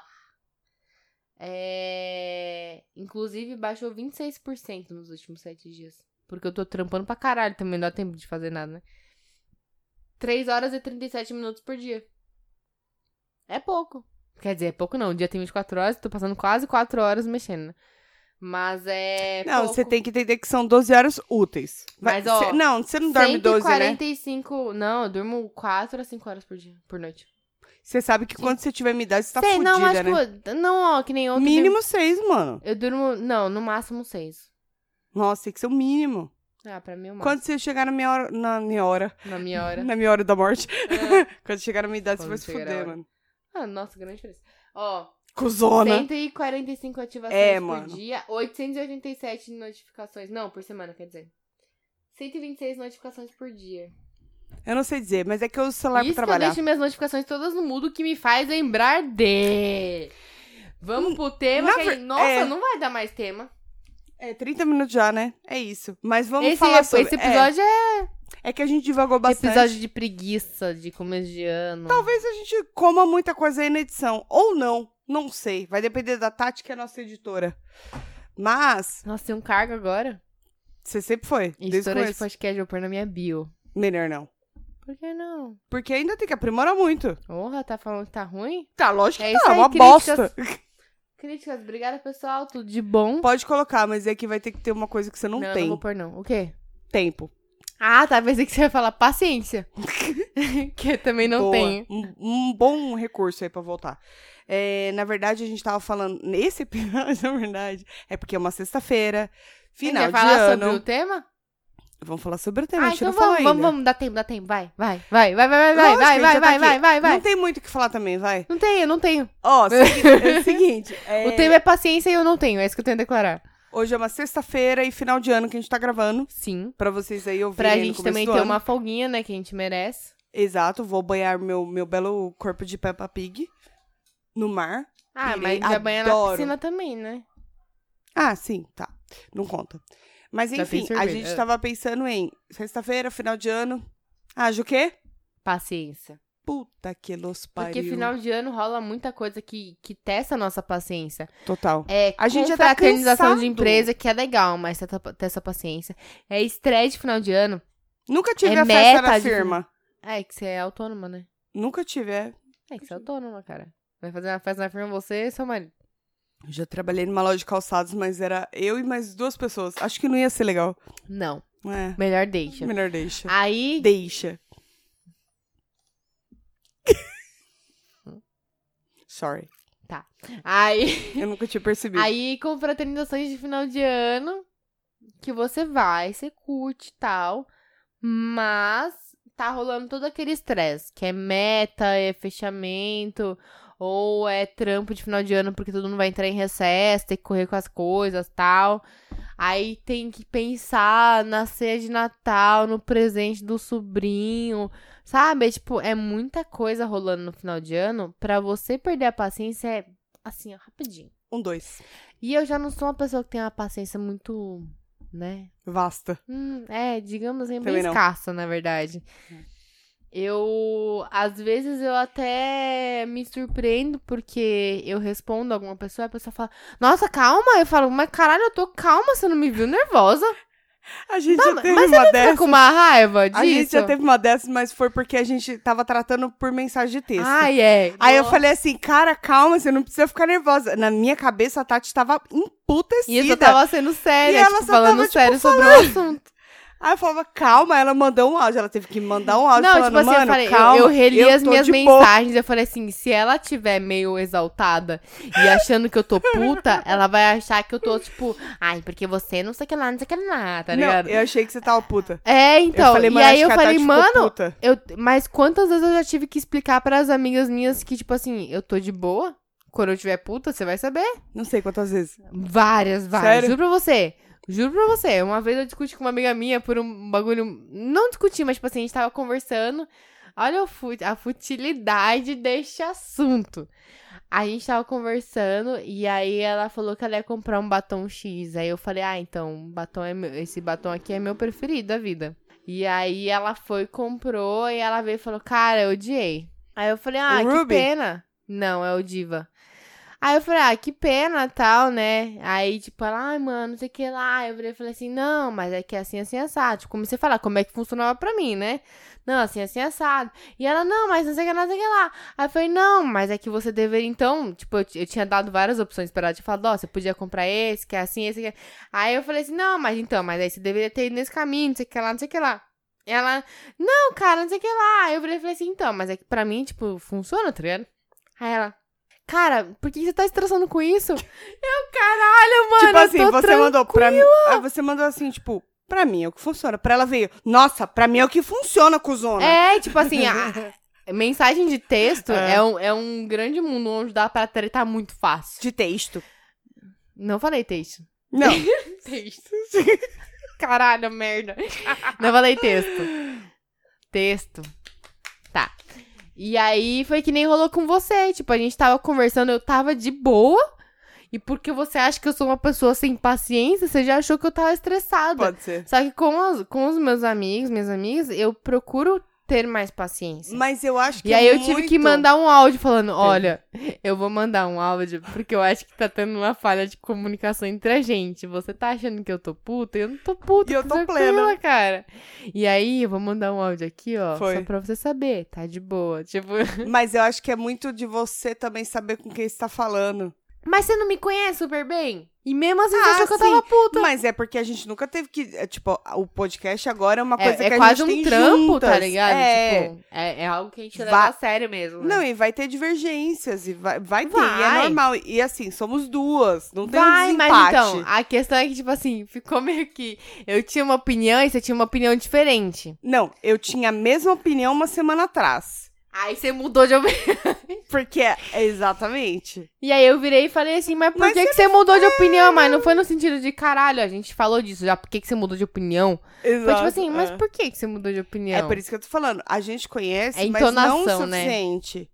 B: É... Inclusive, baixou 26% nos últimos sete dias. Porque eu tô trampando pra caralho também, não dá tempo de fazer nada, né? 3 horas e 37 minutos por dia. É pouco. Quer dizer, é pouco não. O dia tem 24 horas, tô passando quase 4 horas mexendo. né? Mas é.
A: não,
B: pouco.
A: você tem que entender que são 12 horas úteis.
B: Mas, ó,
A: cê- não, você não dorme 12, né?
B: 145. Não, eu durmo 4 a 5 horas por dia, por noite.
A: Você sabe que quando você tiver minha idade, você tá
B: Sei,
A: fudida,
B: não, mas
A: né?
B: tipo, não, ó, que nem outro.
A: Mínimo 6, mano.
B: Eu durmo, não, no máximo seis.
A: Nossa, tem que ser o mínimo.
B: Ah, pra mim, o máximo.
A: Quando você chegar na minha hora. Na minha hora.
B: Na minha hora.
A: Na minha hora da morte. quando chegar na minha idade,
B: É. Quando
A: você vai se
B: chegar a
A: fuder,
B: hora.
A: mano.
B: Ah, nossa, grande diferença. Ó,
A: Cusona.
B: 145 ativações
A: né? É,
B: por
A: mano.
B: dia, 887 notificações. Não, por semana, quer dizer. 126 notificações por dia.
A: Eu não sei dizer, mas é que eu uso o celular pra
B: Isso que eu
A: trabalhar.
B: deixo minhas notificações todas no mudo, que me faz lembrar de... Vamos pro tema,
A: Hum, na
B: que aí-
A: ver-
B: nossa,
A: é.
B: não vai dar mais tema.
A: É 30 minutos já, né? É isso. Mas vamos
B: Esse,
A: falar
B: ep-
A: sobre.
B: esse episódio é,
A: É, é que a gente divagou bastante.
B: episódio de preguiça, de começo de ano.
A: Talvez a gente coma muita coisa aí na edição. Ou não. Não sei. Vai depender da Tati, que é a nossa editora. Mas,
B: Nossa, tem um cargo agora?
A: você sempre foi. Desde o
B: História de
A: começo.
B: podcast eu vou pôr na minha bio.
A: Melhor não.
B: Por que não?
A: Porque ainda tem que aprimorar muito.
B: Porra, tá falando que tá ruim?
A: Tá, lógico
B: É
A: que
B: isso
A: tá,
B: aí,
A: uma
B: críticas.
A: bosta.
B: Críticas, obrigada, pessoal. Tudo de bom.
A: Pode colocar, mas é que vai ter que ter uma coisa que você não,
B: não,
A: tem.
B: não vou pôr, não. O quê?
A: Tempo.
B: Ah, tá. Pensei que você ia falar paciência. que eu também não
A: Boa.
B: tenho.
A: Um, um bom recurso aí pra voltar. É, na verdade, a gente tava falando nesse episódio, na verdade, é porque é uma sexta-feira, final
B: Quer
A: de
B: falar
A: ano.
B: sobre o tema?
A: Vamos falar sobre o tema, a
B: ah,
A: gente
B: então
A: não falou
B: vamos, vamos,
A: ainda.
B: vamos, dá tempo, dá tempo. Vai, vai, vai, vai, vai, vai, vai,
A: Lógico, a
B: vai,
A: gente já
B: vai,
A: tá
B: vai,
A: aqui.
B: vai, vai, vai.
A: Não tem muito o que falar também, vai.
B: Não tenho, não tenho.
A: Ó, segui- é o seguinte, é,
B: O tema é paciência e eu não tenho, é isso que eu tenho a declarar.
A: hoje é uma sexta-feira e final de ano que a gente tá gravando.
B: Sim.
A: Pra vocês aí ouvirem
B: Pra
A: no
B: gente
A: começo
B: também
A: do
B: ter
A: ano.
B: uma folguinha, né, que a gente merece.
A: Exato, vou banhar meu, meu belo corpo de Peppa Pig no mar.
B: Ah,
A: Irei,
B: mas já banha na
A: adoro.
B: piscina também, né?
A: Ah, sim, tá. Não conta. Mas
B: Já tem
A: enfim, a
B: cerveja,
A: gente
B: é.
A: tava pensando em sexta-feira, final de ano. Ah, o quê?
B: Paciência.
A: Puta que los pariu.
B: Porque final de ano rola muita coisa que, que testa a nossa paciência.
A: Total.
B: É
A: A gente já tá
B: confraternização
A: cansado.
B: de empresa, que é legal, mas testa, testa paciência. É estresse de final de ano.
A: Nunca tive
B: É
A: a festa
B: meta
A: na
B: de-
A: firma.
B: Ah, é que você é autônoma, né?
A: Nunca tive, é.
B: É que você é autônoma, cara. Vai fazer uma festa na firma você e seu marido.
A: Já trabalhei numa loja de calçados, mas era eu e mais duas pessoas. Acho que não ia ser legal.
B: Não.
A: É,
B: Melhor deixa. Ah,
A: melhor deixa.
B: Aí.
A: Deixa. Sorry.
B: Aí.
A: Eu nunca tinha percebido.
B: Aí, com fraternizações de final de ano. Que você vai, você curte e tal. Mas tá rolando todo aquele estresse. Que é meta, é fechamento. Ou é trampo de final de ano porque todo mundo vai entrar em recesso, tem que correr com as coisas tal. Aí tem que pensar na ceia de Natal, no presente do sobrinho, sabe? É, tipo, é muita coisa rolando no final de ano. Pra você perder a paciência é assim, ó, rapidinho.
A: Um, dois.
B: E eu já não sou uma pessoa que tem uma paciência muito, né?
A: Vasta.
B: Hum, é, digamos assim, bem
A: Também não.
B: escassa, na verdade. Eu, às vezes, eu até me surpreendo porque eu respondo a alguma pessoa e a pessoa fala, nossa, calma. Eu falo, mas caralho, eu tô calma, você não me viu nervosa.
A: A gente
B: Não,
A: já teve
B: mas
A: uma
B: Tá
A: dessa.
B: com uma raiva disso?
A: A gente já teve uma dessas, mas foi porque a gente tava tratando por mensagem de texto.
B: Ai, é.
A: Aí eu
B: Nossa.
A: falei assim, cara, calma, você não precisa ficar nervosa. Na minha cabeça, a Tati tava emputecida.
B: E eu só tava sendo séria,
A: E ela
B: tipo,
A: só
B: falando
A: tava, tipo,
B: sério sobre o assunto.
A: Aí eu falava, calma, ela mandou um áudio. Ela teve que mandar um áudio
B: Não,
A: falando,
B: tipo assim, eu
A: mano,
B: falei, eu-
A: calma,
B: eu, reli
A: eu
B: as
A: tô
B: minhas
A: de boa.
B: mensagens, eu falei assim, se ela tiver meio exaltada e achando que eu tô puta, ela vai achar que eu tô, tipo, ai, porque você não sei o que lá, não sei o que lá, tá ligado?
A: Não, eu achei que você tava puta.
B: É, então,
A: eu falei,
B: e
A: mano,
B: aí
A: acho
B: eu
A: que tá, tipo, a
B: falei,
A: Tati ficou
B: mano,
A: puta.
B: eu, mas quantas vezes eu já tive que explicar pras amigas minhas que, tipo assim, eu tô de boa, quando eu tiver puta, você vai saber.
A: Não sei quantas vezes.
B: Várias, várias.
A: Sério?
B: Juro pra você. Juro pra você. Uma vez eu discuti com uma amiga minha por um bagulho. Não discuti, mas, tipo assim, a gente tava conversando. Olha o fu- a futilidade deste assunto. A gente tava conversando e aí ela falou que ela ia comprar um batom X. Aí eu falei, ah, então, batom é meu- esse batom aqui é meu preferido da vida. E aí ela foi, comprou e ela veio e falou, cara, eu odiei. Aí eu falei, ah,
A: O
B: que
A: Ruby?
B: pena. Não, é o Diva. Aí eu falei, ah, que pena, tal, né? Aí, tipo, ela, ai, mano, não sei o que lá. Eu virei e falei assim, não, mas é que é assim, assim, assado. Tipo, comecei a falar como é que funcionava pra mim, né? Não, assim, assim, assado. E ela, não, mas não sei o que lá, não sei o que lá. Aí eu falei, não, mas é que você deveria, então, tipo, eu, t- eu tinha dado várias opções pra ela, tipo, falado, ó, você podia comprar esse, que é assim, esse, que é... Aí eu falei assim, não, mas então, mas aí você deveria ter ido nesse caminho, não sei o que lá, não sei o que lá. Ela, não, cara, não sei o que lá. Aí eu virei e falei assim, então, mas é que pra mim, tipo, funciona, tá ligado? Aí ela, cara, por que você tá se estressando com isso? Eu, caralho, mano,
A: tipo
B: eu
A: assim,
B: tô
A: você
B: tran-
A: mandou pra mim. Aí você mandou assim, tipo, pra mim é o que funciona. Pra ela veio, nossa, pra mim é o que funciona, cuzona.
B: É, tipo assim, a- a mensagem de texto é.
A: É.
B: um, é um grande mundo onde dá pra tretar muito fácil.
A: De texto.
B: Não falei texto.
A: Não.
B: Texto. Caralho, merda. Não falei texto. Texto. Tá. E aí foi que nem rolou com você. Tipo, a gente tava conversando, eu tava de boa. E porque você acha que eu sou uma pessoa sem paciência, você já achou que eu tava estressada.
A: Pode ser.
B: Só que com os, com os meus amigos, minhas amigas, eu procuro ter mais paciência.
A: Mas eu acho que.
B: E aí eu tive que
A: muito-
B: mandar um áudio falando, olha, eu vou mandar um áudio porque eu acho que tá tendo uma falha de comunicação entre a gente. Você tá achando que eu tô puta? Eu não tô puta.
A: E eu tô
B: tranquila,
A: plena.
B: cara. E aí eu vou mandar um áudio aqui, ó,
A: Foi.
B: só pra você saber, tá de boa. Tipo,
A: Mas eu acho que é muito de você também saber com quem está falando.
B: mas você não me conhece super bem? E mesmo assim você
A: Ah,
B: achou que eu
A: sim.
B: tava puta.
A: Mas é porque a gente nunca teve que. é, tipo, o podcast agora é uma
B: É,
A: coisa
B: é
A: que a
B: quase
A: gente
B: um
A: tem
B: trampo,
A: juntas.
B: tá ligado?
A: É.
B: Tipo, é, é algo que a gente leva
A: Va-
B: a sério mesmo. né?
A: Não, e vai ter divergências, e vai, vai ter, e
B: Vai.
A: é normal. E assim, somos duas, não tem um
B: Vai,
A: desempate.
B: mas então, a questão é que, tipo assim, ficou meio que. Eu tinha uma opinião e você tinha uma opinião diferente.
A: Não, eu tinha a mesma opinião uma semana atrás.
B: Aí você mudou de opinião.
A: Porque, é, exatamente.
B: E aí eu virei e falei assim, mas por
A: Mas
B: que, que você mudou de opinião? Mas não foi no sentido de caralho, a gente falou disso já, por que, que você mudou de opinião?
A: Exato.
B: Foi tipo assim, mas
A: é.
B: por que, que você mudou de opinião?
A: É por isso que eu tô falando. A gente conhece,
B: É
A: mas não o
B: entonação, né?
A: suficiente.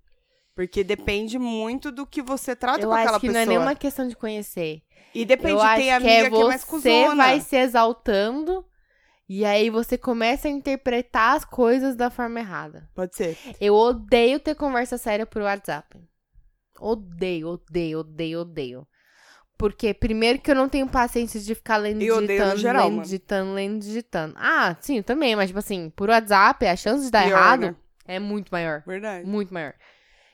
A: Porque depende muito do que você trata
B: eu
A: com
B: acho
A: aquela
B: que
A: pessoa.
B: não é nenhuma questão de conhecer.
A: E depende,
B: eu acho
A: tem amiga
B: que é
A: que é mais
B: você
A: cuzona.
B: vai se exaltando e aí você começa a interpretar as coisas da forma errada.
A: Pode ser.
B: Eu odeio ter conversa séria por WhatsApp. Odeio, odeio, odeio, odeio. Porque, primeiro, que eu não tenho paciência de ficar lendo,
A: Eu odeio no
B: digitando,
A: geral,
B: lendo,
A: mano.
B: digitando, lendo, digitando. Ah, sim, eu também, mas, tipo assim, por WhatsApp, a chance de dar
A: Pior,
B: Tá errado
A: né?
B: é muito maior.
A: Verdade.
B: Muito maior.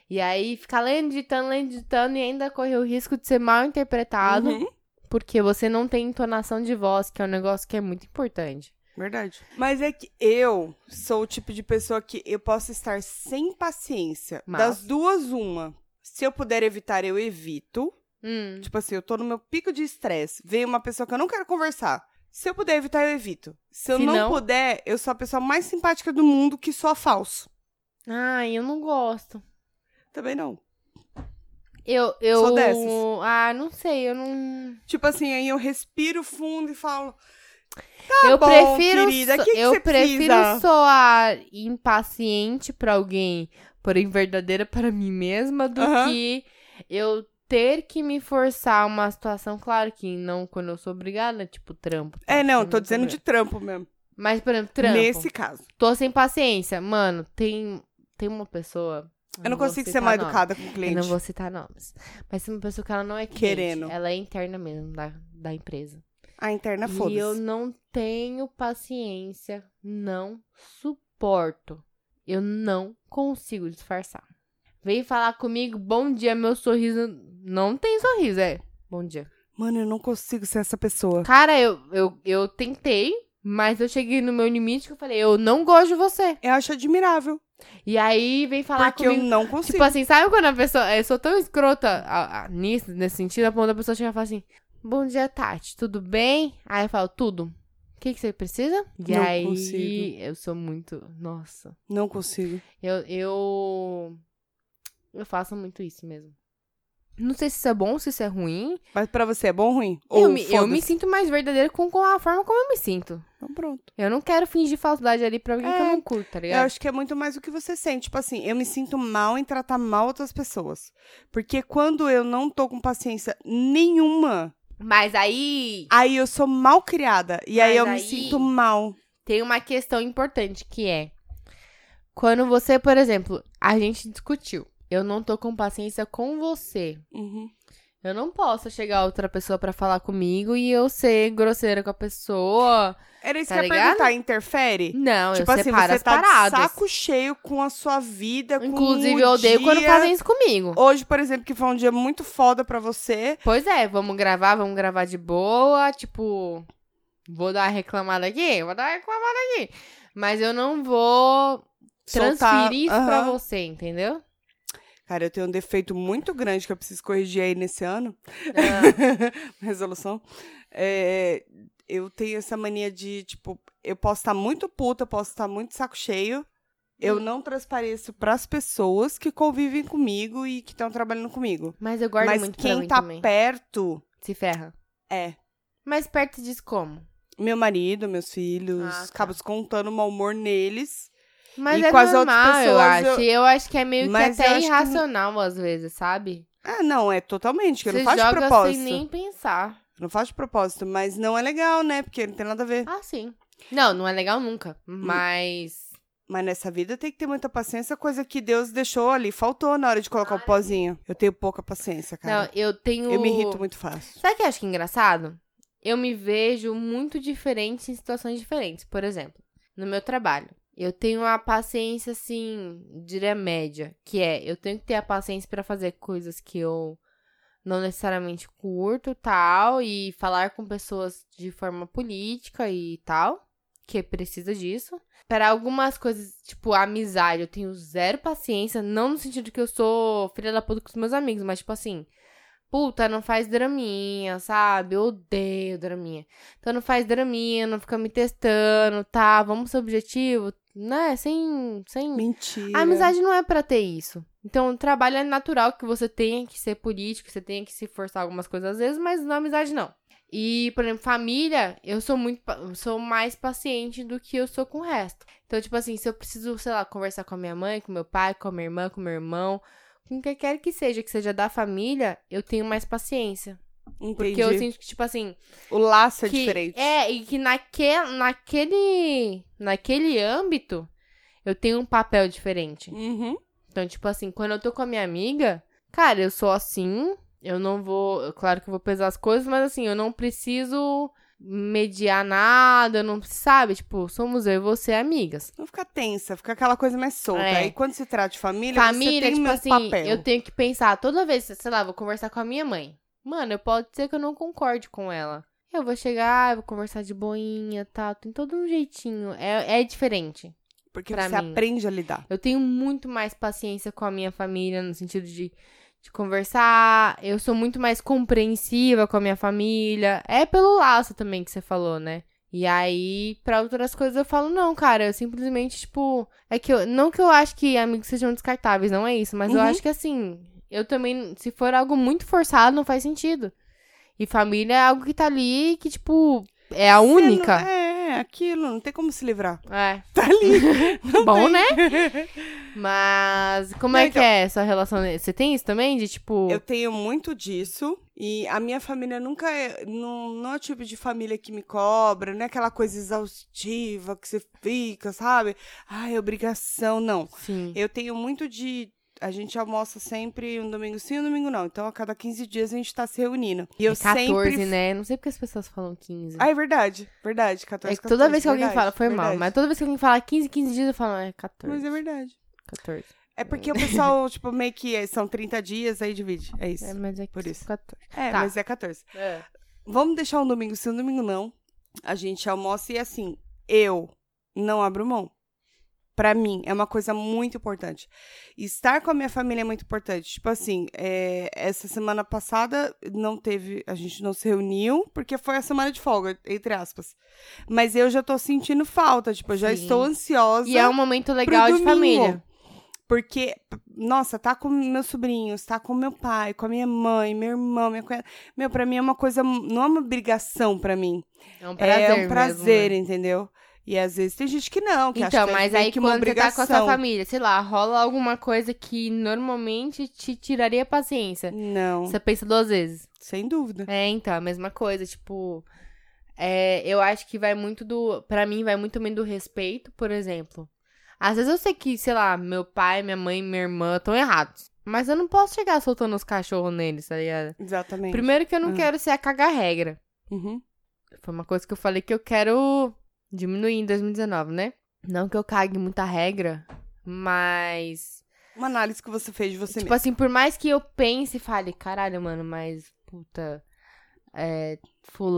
B: E aí, ficar lendo, digitando, lendo, digitando e ainda correr o risco de ser mal interpretado.
A: Uhum,
B: Porque você não tem entonação de voz, que é um negócio que é muito importante.
A: Verdade. Mas é que eu sou o tipo de pessoa que eu posso estar sem paciência.
B: Mas-
A: Das duas, uma. Se eu puder evitar, eu evito.
B: Hum.
A: Tipo assim, eu tô no meu pico de estresse. Veio uma pessoa que eu não quero conversar. Se eu puder evitar, eu evito. Se eu
B: Se
A: não,
B: não-
A: puder, eu sou a pessoa mais simpática do mundo que só falso.
B: Ai, eu não gosto.
A: Também não.
B: Eu, eu.
A: Sou dessas.
B: Ah, não sei, eu não.
A: Tipo assim, aí eu respiro fundo e falo. Tá
B: eu
A: bom,
B: prefiro.
A: querida,
B: so-
A: o que que
B: eu
A: você
B: prefiro
A: precisa?
B: soar impaciente pra alguém, porém verdadeira para mim mesma, do
A: Aham.
B: que eu ter que me forçar a uma situação, claro que não quando eu sou obrigada, tipo trampo. tá?
A: É, não,
B: Eu
A: tô
B: sou
A: dizendo de
B: obrigada.
A: trampo mesmo.
B: Mas, por exemplo, trampo.
A: Nesse caso.
B: Tô sem paciência. Mano, tem, tem uma pessoa.
A: Eu não
B: vou
A: consigo ser
B: citar
A: mal
B: nome.
A: educada com o
B: Eu
A: cliente.
B: não vou citar nomes. Mas tem uma pessoa que ela não é cliente,
A: Querendo.
B: Ela é interna mesmo da, da empresa.
A: A interna,
B: E eu
A: Ah, foda-se.
B: não tenho paciência, não suporto. Eu não consigo disfarçar. Vem falar comigo, bom dia, meu sorriso. Não tem sorriso, é. Bom dia.
A: Mano, eu não consigo ser essa pessoa.
B: Cara, eu, eu, eu tentei, mas eu cheguei no meu limite que eu falei, eu não gosto de você.
A: Eu acho admirável.
B: E aí vem falar
A: porque
B: comigo.
A: eu não consigo.
B: Tipo assim, sabe quando a pessoa. Eu sou tão escrota a- a- nisso, nesse sentido, a ponto da pessoa chegar e falar assim: Bom dia, Tati, tudo bem? Aí eu falo: Tudo. O que, que você precisa? Tipo, E
A: Não
B: aí
A: consigo.
B: eu sou muito. Nossa.
A: Não consigo.
B: Eu, eu. Eu faço muito isso mesmo. Não sei se isso é bom ou se isso é ruim.
A: Mas pra você é bom ou ruim?
B: eu,
A: Ou
B: me, eu me
A: foda-se?
B: sinto mais verdadeira com, com a forma como eu me sinto.
A: Então pronto.
B: Eu não quero fingir falsidade ali pra alguém que eu
A: É,
B: não curto, tá
A: Eu
B: ligado?
A: acho que é muito mais o que você sente. Tipo assim, eu me sinto mal em tratar mal outras pessoas. Porque quando eu não tô com paciência nenhuma,
B: Mas aí.
A: aí eu sou mal criada. E aí
B: Mas
A: eu me
B: aí-
A: sinto mal.
B: tem uma questão importante que é quando você, por exemplo, a gente discutiu. Eu não tô com paciência com você.
A: Uhum.
B: Eu não posso chegar outra pessoa pra falar comigo e eu ser grosseira com a pessoa.
A: Era isso
B: Tá
A: que eu ia
B: ligado?
A: perguntar, interfere?
B: Não,
A: tipo
B: eu
A: assim,
B: separo
A: você
B: as
A: tá
B: paradas.
A: de saco cheio com a sua vida, com
B: Inclusive,
A: o
B: eu odeio quando
A: dia.
B: fazem isso comigo.
A: Hoje, por exemplo, que foi um dia muito foda pra você.
B: Pois é, vamos gravar, vamos gravar de boa, tipo, vou dar uma reclamada aqui, vou dar uma reclamada aqui. Mas eu não vou
A: soltar-
B: transferir isso pra
A: Aham.
B: você, entendeu?
A: Cara, eu tenho um defeito muito grande que eu preciso corrigir aí nesse ano. Ah, Resolução. É, eu tenho essa mania de, tipo, eu posso estar muito puta, eu posso estar muito saco cheio. Eu
B: Hum.
A: não transpareço pras pessoas que convivem comigo e que estão trabalhando comigo.
B: Mas eu guardo
A: Mas
B: muito pra
A: quem
B: mim
A: tá
B: também.
A: perto
B: Se ferra.
A: é
B: Mas perto disso como?
A: meu marido, meus filhos,
B: Ah, tá.
A: acabo descontando o mau humor neles.
B: Mas
A: E
B: é
A: com as
B: normal,
A: outras
B: eu
A: pessoas,
B: acho. Eu... acho que é meio que
A: Mas eu
B: até
A: acho que-
B: irracional às vezes, sabe?
A: Ah, não, é totalmente, que eu
B: Você
A: não faço de
B: joga
A: propósito.
B: sem nem pensar.
A: Eu Não faço de propósito, mas não é legal, né? Porque não tem nada a ver. Hum.
B: Ah, sim. Não, não é legal nunca. Mas
A: Mas nessa vida tem que ter muita paciência, coisa que Deus deixou ali, faltou na hora de colocar o pozinho. Eu tenho pouca paciência,
B: Não,
A: cara.
B: eu tenho.
A: Eu me irrito muito fácil.
B: Sabe o que eu acho que é engraçado? Eu me vejo muito diferente em situações diferentes. Por exemplo, no meu trabalho, eu tenho uma paciência, assim, diria média, que é eu tenho que ter a paciência pra fazer coisas que eu não necessariamente curto tal, e falar com pessoas de forma política e tal, que precisa disso. Para algumas coisas, tipo amizade, eu tenho zero paciência, não no sentido que eu sou filha da puta com os meus amigos, mas tipo assim, Puta, não faz draminha, sabe? Eu odeio draminha. Então não faz draminha, não fica me testando, tá? Vamos ser objetivo, né? Sem. sem...
A: Mentira.
B: A amizade não é pra ter isso. Então, o trabalho é natural que você tenha que ser político, você tenha que se forçar algumas coisas às vezes, mas na amizade não. E, por exemplo, família, eu sou muito. pa- eu Sou mais paciente do que eu sou com o resto. Então, tipo assim, se eu preciso, sei lá, conversar com a minha mãe, com meu pai, com a minha irmã, com meu irmão, com quem quer que seja, que seja da família, eu tenho mais paciência.
A: Entendi.
B: Porque eu sinto que, tipo assim.
A: O laço é
B: que-
A: diferente.
B: É, e que naque, naquele. Naquele âmbito, eu tenho um papel diferente.
A: Uhum.
B: Então, tipo assim, quando eu tô com a minha amiga, cara, eu sou assim, eu não vou. Claro que eu vou pesar as coisas, mas assim, eu não preciso mediar nada, eu não. Sabe? Tipo, somos eu e você amigas.
A: Não fica tensa, fica aquela coisa mais solta.
B: É.
A: Aí quando se trata de família, você
B: Família,
A: tem
B: tipo
A: meu
B: assim,
A: papel.
B: eu tenho que pensar toda vez, sei lá, vou conversar com a minha mãe. Mano, eu pode ser que eu não concorde com ela. Eu vou chegar, eu vou conversar de boinha, tal, tem todo um jeitinho. É, é diferente.
A: Porque
B: pra
A: você
B: mim.
A: aprende a lidar.
B: Eu tenho muito mais paciência com a minha família, no sentido de, de conversar. Eu sou muito mais compreensiva com a minha família. É pelo laço também que você falou, né? E aí, pra outras coisas, eu falo, não, cara, eu simplesmente, tipo. É que eu. Não que eu acho que amigos sejam descartáveis, não é isso, mas eu
A: Uhum.
B: acho que assim. Eu também. Se for algo muito forçado, não faz sentido. E família é algo que tá ali que, tipo. É a
A: Você não-
B: única.
A: é, aquilo, não tem como se livrar.
B: É.
A: Tá ali. Não
B: Bom,
A: tem.
B: né? Mas como
A: Não,
B: é
A: então-
B: que é essa relação? Você tem isso também? De tipo.
A: Eu tenho muito disso. E a minha família nunca é. Não, não é o tipo de família que me cobra, não é aquela coisa exaustiva que você fica, sabe? Ai, obrigação. Não.
B: Sim.
A: Eu tenho muito de. A gente almoça sempre um domingo sim e um domingo não. Então, a cada 15 dias a gente tá se reunindo. E eu
B: é 14,
A: sempre.
B: né? Não sei porque as pessoas falam 15.
A: Ah, é verdade. Verdade, 14,
B: é que toda
A: 14,
B: vez que alguém
A: verdade,
B: fala, foi mal,
A: verdade.
B: mas é toda vez que alguém fala 15, 15 dias, eu falo, é 14.
A: Mas é verdade.
B: 14.
A: É porque o pessoal, tipo, meio que é- são 30 dias, aí divide. É isso.
B: É, mas é
A: Por isso.
B: 14.
A: É,
B: tá.
A: mas é 14.
B: É.
A: Vamos deixar um domingo sim, um domingo não. A gente almoça e assim, eu não abro mão. Pra mim, é uma coisa muito importante. Estar com a minha família é muito importante. Tipo assim, é, essa semana passada não teve. A gente não se reuniu, porque foi a semana de folga, entre aspas. Mas eu já tô sentindo falta. Tipo, eu já
B: Sim.
A: estou ansiosa.
B: E é um momento legal de
A: domingo.
B: família.
A: Porque, p- nossa, tá com meus sobrinhos, tá com meu pai, com a minha mãe, meu irmão, minha cunhada. Meu, pra mim é uma coisa, não é uma obrigação pra mim.
B: É um prazer.
A: é um prazer, entendeu? E às vezes tem gente que não, que
B: Mesmo, né?
A: acha
B: Então,
A: que
B: mas
A: é meio
B: aí
A: que uma
B: quando você tá com
A: obrigação.
B: a sua família, sei lá, rola alguma coisa que normalmente te tiraria a paciência.
A: Não,
B: Você pensa duas vezes.
A: sem dúvida.
B: É, então, a mesma coisa, tipo. é, eu acho que vai muito do. Pra mim, vai muito também do respeito, por exemplo. Às vezes eu sei que, sei lá, meu pai, minha mãe, minha irmã estão errados. Mas eu não posso chegar soltando os cachorros neles, tá ligado?
A: Exatamente.
B: Primeiro que eu não
A: Ah.
B: quero ser a caga-regra.
A: Uhum.
B: Foi uma coisa que eu falei que eu quero diminuir em 2019, né? Não que eu cague muita regra, mas.
A: Uma análise que você fez de você
B: Tipo
A: mesmo.
B: assim, por mais que eu pense e fale, caralho, mano, mas puta, é,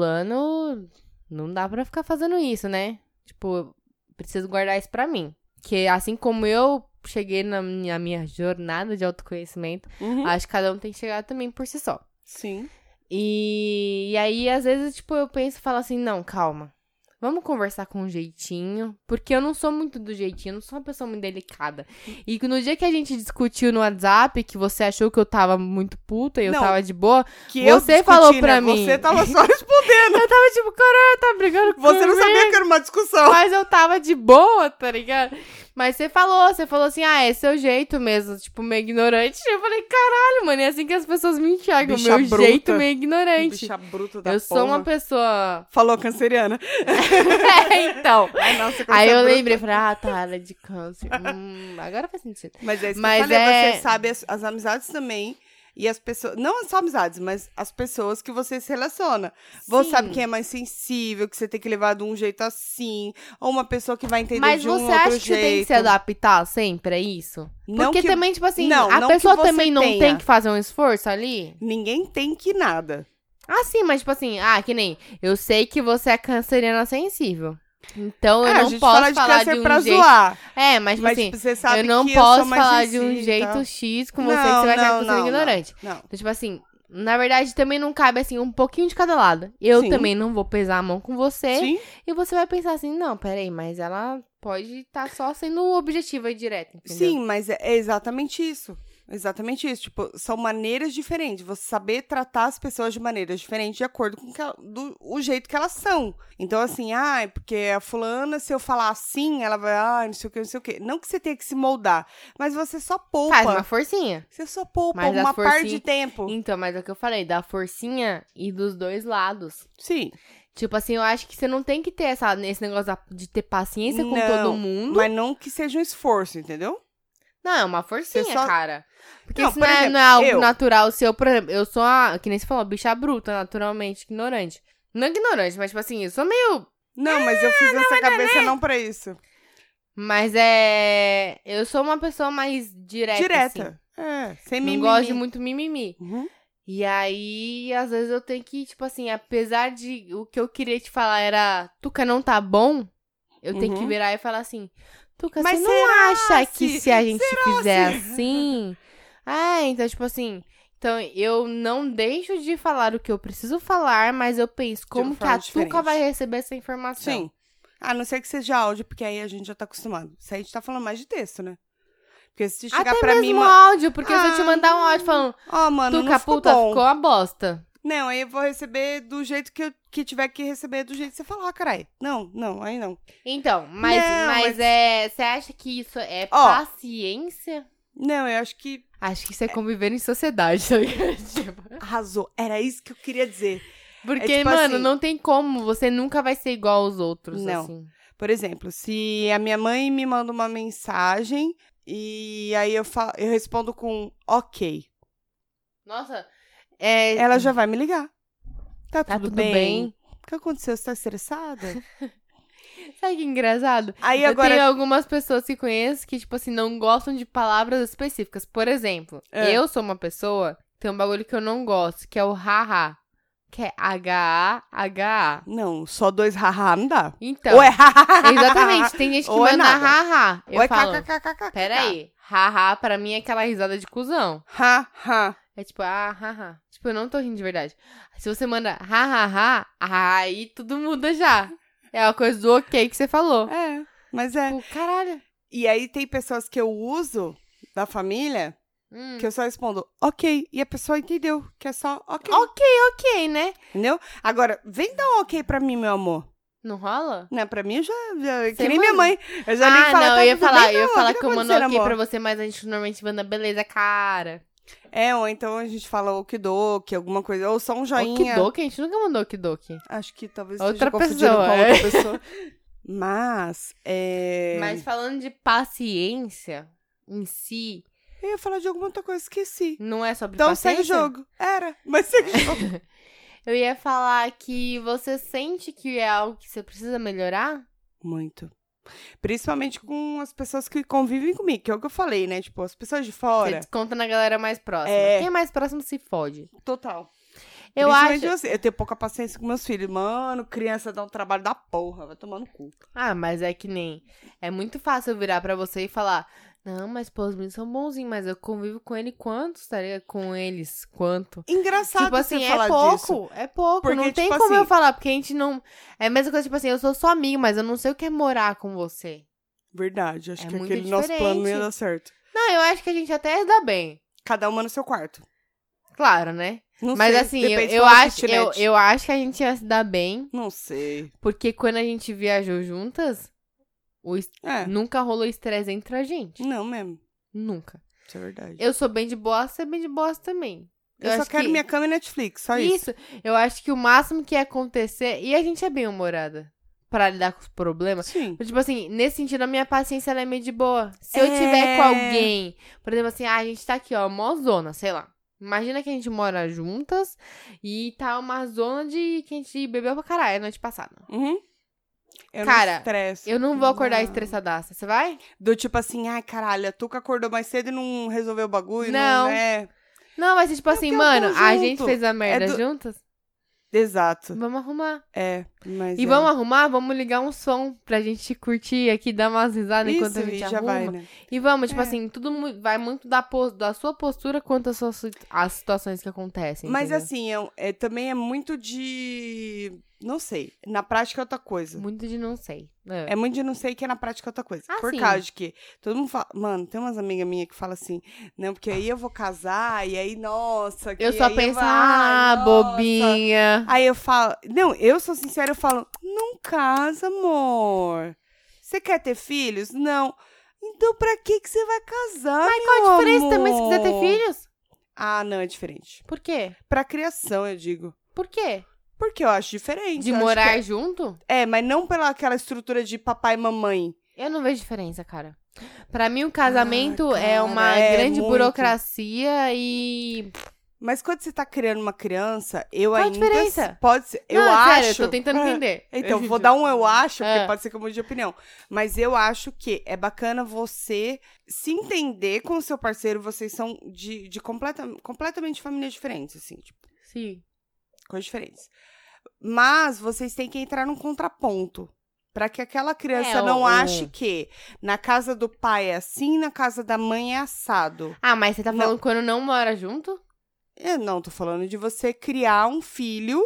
B: fulano não dá pra ficar fazendo isso, né? Tipo, eu preciso guardar isso pra mim. Que assim como eu cheguei na minha, na minha jornada de autoconhecimento,
A: Uhum.
B: acho que cada um tem que chegar também por si só.
A: Sim.
B: E, e aí, às vezes, tipo, eu penso e falo assim, não, calma. Vamos conversar com um jeitinho, porque eu não sou muito do jeitinho, eu não sou uma pessoa muito delicada. E que no dia que a gente discutiu no WhatsApp, que você achou que eu tava muito puta e eu
A: Não.
B: tava de boa,
A: Que
B: Você
A: eu
B: falou
A: discuti, né?
B: pra mim.
A: Você tava só respondendo.
B: eu tava tipo, caralho, tá brigando com
A: Você não
B: comigo?"
A: sabia que era uma discussão.
B: Mas eu tava de boa, tá ligado? Mas você falou, você falou assim, ah, é seu jeito mesmo, tipo, meio ignorante. Eu falei, caralho, mano, é assim que as pessoas me enxergam, o
A: Bicha
B: meu
A: bruta.
B: jeito meio ignorante.
A: Bicha bruta da
B: Eu sou uma
A: porra.
B: pessoa...
A: Falou canceriana.
B: é, então.
A: Ai, nossa, como
B: Aí
A: você é
B: eu
A: bruta.
B: lembrei, falei, ah, tá, ela é de câncer. Hum, agora faz sentido.
A: Mas é isso
B: Mas
A: que eu falei,
B: é-
A: você sabe as, as amizades também. E as pessoas. Não só amizades, mas as pessoas que você se relaciona. Você
B: Sim.
A: sabe quem é mais sensível, que você tem que levar de um jeito assim. Ou uma pessoa que vai entender
B: Mas
A: de um
B: você
A: outro
B: acha que você tem que
A: jeito.
B: se adaptar sempre a isso?
A: Não
B: Porque
A: que
B: também, tipo assim,
A: Não,
B: a
A: não que
B: pessoa
A: você
B: também não
A: tenha.
B: tem que fazer um esforço ali?
A: ninguém tem que nada.
B: Ah, sim, mas tipo assim, ah, que nem, eu sei que você é canceriana sensível. Então eu
A: Ah, a
B: não
A: gente
B: posso
A: fala de
B: falar
A: câncer
B: de um
A: pra
B: jeito.
A: zoar.
B: É, mas tipo
A: mas
B: assim,
A: tipo, você sabe
B: eu não
A: que eu
B: posso
A: sou mais
B: falar de um
A: sensível e
B: jeito
A: tal.
B: X com você que
A: Não,
B: você vai achar
A: não,
B: que você é
A: não,
B: ignorante.
A: Não.
B: Então, tipo assim, na verdade também não cabe assim um pouquinho de cada lado. Eu
A: Sim.
B: também não vou pesar a mão com você.
A: Sim.
B: E você vai pensar assim, não, peraí, mas ela pode estar só sendo objetiva e direta, entendeu?
A: Sim, mas é é exatamente isso. Exatamente isso. Tipo, são maneiras diferentes. Você saber tratar as pessoas de maneiras diferentes de acordo com que ela- do, o jeito que elas são. Então, assim, ah, porque a fulana, se eu falar assim, ela vai, ah, não sei o que, não sei o que. Não que você tenha que se moldar, mas você só poupa.
B: Faz uma forcinha.
A: Você só poupa
B: Mas a
A: uma par
B: forcinha-
A: de tempo.
B: Então, mas é o que eu falei, da forcinha e dos dois lados.
A: Sim.
B: Tipo assim, eu acho que você não tem que ter essa, esse negócio da- de ter paciência com
A: Não,
B: todo mundo.
A: Mas não que seja um esforço, entendeu?
B: Não, é uma forcinha,
A: Você só-
B: cara. Porque
A: Não,
B: isso
A: por
B: não, é,
A: exemplo,
B: não é algo
A: eu-
B: natural seu. Por exemplo, eu sou a, que nem você falou, bicha bruta, naturalmente ignorante. Não ignorante, mas tipo assim, eu sou meio É,
A: Não, mas eu fiz essa cabeça não pra isso.
B: Mas é. Eu sou uma pessoa mais direta. assim.
A: Direta. É, sem
B: Não
A: mimimi.
B: gosto de muito mimimi.
A: Uhum.
B: E aí, às vezes eu tenho que, tipo assim, apesar de o que eu queria te falar era Tuca não tá bom, eu tenho que
A: Uhum.
B: virar e falar assim: Tuca,
A: Mas
B: você não acha que
A: se-
B: se a gente fizer assim. Ah, então, tipo assim. Então, eu não deixo de falar o que eu preciso falar, mas eu penso como que
A: forma
B: a Tuca
A: diferente.
B: vai receber essa informação.
A: Sim. A não ser que seja áudio, porque aí a gente já tá acostumado. Se a gente tá falando mais de texto, né? Porque se chegar
B: Até
A: pra
B: mesmo
A: mim,
B: o
A: ma-
B: áudio, porque se eu te
A: Ah,
B: mandar um áudio falando,
A: ó, mano,
B: Tuca,
A: não ficou
B: puta,
A: bom.
B: tá ficou a bosta.
A: Não, aí eu vou receber do jeito que eu que tiver que receber do jeito que você falar, caralho. Não, não, aí não.
B: Então, mas,
A: Não,
B: mas,
A: mas-
B: é. Você acha que isso é
A: Ó.
B: paciência?
A: Não, eu acho que
B: Acho que isso é conviver em sociedade, sabe? Tipo,
A: arrasou. Era isso que eu queria dizer.
B: Porque,
A: tipo
B: mano,
A: assim-
B: não tem como. Você nunca vai ser igual aos outros,
A: Não.
B: assim.
A: Por exemplo, se a minha mãe me manda uma mensagem e aí eu, falo, eu respondo com ok,
B: Nossa, é.
A: ela já vai me ligar. Tá,
B: Tá tudo,
A: bem?
B: bem.
A: O que aconteceu? Você tá estressada?
B: Sabe que engraçado?
A: Aí
B: eu
A: agora
B: tenho algumas pessoas que conheço que, tipo assim, não gostam de palavras específicas. Por exemplo,
A: É.
B: eu sou uma pessoa que tem um bagulho que eu não gosto, que é o haha. Que é H-A-H-A.
A: Não, só dois haha não dá.
B: Então,
A: Ou é haha.
B: exatamente, tem gente que
A: Ou é
B: manda
A: nada.
B: haha. Eu
A: Ou é
B: falo,
A: kkkkk.
B: peraí, haha pra mim é aquela risada de cuzão.
A: Ha, ha.
B: É tipo, ah, haha. Tipo, eu não tô rindo de verdade. Se você manda hahaha, aí tudo muda já. É a coisa do ok que você falou.
A: É, mas é.
B: Tipo, caralho.
A: E aí tem pessoas que eu uso da família
B: Hum.
A: que eu só respondo ok. E a pessoa entendeu que é só ok.
B: Ok, ok, né?
A: Entendeu? Agora, vem dar um ok pra mim, meu amor.
B: Não rola?
A: Não, pra mim já. já
B: Você
A: que nem minha
B: manda?
A: mãe. Eu já
B: ah,
A: nem falo,
B: não,
A: tá
B: eu ia
A: tudo
B: falar,
A: bem?
B: eu ia
A: Não,
B: falar
A: o
B: que,
A: tá
B: eu mando ok
A: acontecendo,
B: pra
A: amor?
B: você, mas a gente normalmente manda beleza, cara.
A: É, ou então a gente fala okidoki, alguma coisa. Ou só um joinha.
B: Okidoki, a gente nunca mandou okidoki.
A: Acho que talvez
B: Outra
A: esteja confundindo
B: pessoa,
A: com
B: é.
A: outra pessoa. Mas, é...
B: Mas falando de paciência em si,
A: Eu ia falar de alguma outra coisa, esqueci.
B: não é sobre
A: Então segue
B: paciência.
A: o jogo. Era, mas segue o jogo.
B: Eu ia falar que você sente que é algo que você precisa melhorar?
A: Muito. Principalmente com as pessoas que convivem comigo, que é o que eu falei, né? Tipo, as pessoas de fora.
B: Você desconta na galera mais próxima.
A: É.
B: Quem é mais próximo se fode.
A: Total.
B: Eu
A: Principalmente
B: acho.
A: você. Eu tenho pouca paciência com meus filhos. Mano, criança dá um trabalho da porra, vai tomar no cu.
B: Ah, mas é que nem. É muito fácil eu virar pra você e falar. Não, mas pô, os meninos são bonzinhos, mas eu convivo com ele quantos, tá ligado? Com eles, quanto?
A: Engraçado
B: tipo assim,
A: você
B: é
A: falar
B: pouco,
A: disso.
B: é pouco.
A: Porque,
B: não
A: tipo
B: tem como eu
A: assim-
B: falar, porque a gente não. É a mesma coisa, tipo assim, eu sou só amigo, mas eu não sei o que é morar com você.
A: Verdade, acho
B: É
A: que
B: muito
A: aquele nosso plano não ia
B: diferente.
A: dar certo.
B: Não, eu acho que a gente até dá bem.
A: Cada uma no seu quarto.
B: Claro, né?
A: Não
B: mas
A: sei,
B: assim, eu,
A: depende se
B: eu
A: for uma
B: acho, eu,
A: kitnet.
B: eu acho que a gente ia se dar bem,
A: Não sei.
B: porque quando a gente viajou juntas, O es-
A: É.
B: Nunca rolou estresse entre a gente.
A: Não mesmo.
B: Nunca.
A: Isso é verdade.
B: Eu sou bem de bosta, você é bem de bosta também.
A: Eu, só
B: acho
A: quero
B: que-
A: minha cama e Netflix, só isso.
B: Isso. Eu acho que o máximo que ia acontecer. E a gente é bem humorada pra lidar com os problemas.
A: Sim.
B: Tipo assim, nesse sentido, a minha paciência ela é meio de boa. Se eu
A: É.
B: tiver com alguém, por exemplo, assim, ah, a gente tá aqui, ó, mó zona, sei lá. Imagina que a gente mora juntas e tá uma zona de que a gente bebeu pra caralho a noite passada.
A: Uhum. Eu
B: Cara,
A: não estresso.
B: Eu não vou acordar
A: Não.
B: estressadaça. Você vai?
A: Do tipo assim, ai caralho, a Tuca acordou mais cedo e não resolveu o bagulho.
B: Não.
A: Não. é.
B: Não, vai ser tipo assim,
A: porque eu
B: mano,
A: tô
B: a
A: junto. É
B: gente fez a merda
A: do-
B: juntas.
A: Exato.
B: Vamos arrumar.
A: É. Mas
B: E
A: é.
B: vamos arrumar, vamos ligar um som pra gente curtir aqui, dar umas risadas
A: Isso,
B: né, enquanto a gente
A: e já
B: arruma.
A: vai, né?
B: E vamos, tipo
A: É.
B: assim, tudo mu- vai muito da, pos- da sua postura quanto às suas sit- às situações que acontecem.
A: Mas
B: entendeu?
A: assim, é, um- é- também é muito de. Não sei. Na prática é outra coisa.
B: Muito de não sei. É.
A: É muito de não sei que é na prática é outra coisa.
B: Ah,
A: Por
B: sim.
A: causa de que todo mundo fala. Mano, tem umas amigas minhas que falam assim, não, porque aí eu vou casar, e aí, nossa, que
B: Eu só
A: aí
B: penso,
A: vou- ai,
B: ah,
A: nossa."
B: bobinha.
A: Aí eu falo, não, eu sou sincera, eu falo, não casa, amor. Você quer ter filhos? Não. Então pra que que você vai casar, Mas
B: Qual a diferença também se quiser ter filhos?
A: Ah, não, é diferente.
B: Por quê?
A: Pra criação, eu digo.
B: Por quê?
A: Porque eu acho diferente.
B: De
A: eu acho
B: morar
A: que
B: junto?
A: É, é, mas não pela aquela estrutura de papai e mamãe.
B: Eu não vejo diferença, cara. Pra mim, o casamento
A: Ah,
B: é
A: cara,
B: uma
A: é
B: grande
A: muito.
B: burocracia e.
A: Mas quando você tá criando uma criança, eu
B: Qual a
A: ainda.
B: diferença?
A: Pode ser. eu
B: não, é
A: acho.
B: sério, eu tô tentando entender.
A: Então, vou dar um eu acho, porque
B: Ah.
A: pode ser que eu mude de opinião. Mas eu acho que é bacana você se entender com o seu parceiro. Vocês são de, de completa, completamente famílias diferentes, assim, tipo,
B: Sim.
A: coisas diferentes. Mas vocês têm que entrar num contraponto. Pra que aquela criança
B: É,
A: não
B: o-
A: ache que na casa do pai é assim, na casa da mãe é assado.
B: Ah, mas você tá
A: Não.
B: falando quando não mora junto?
A: Eu É, não tô falando de você criar um filho.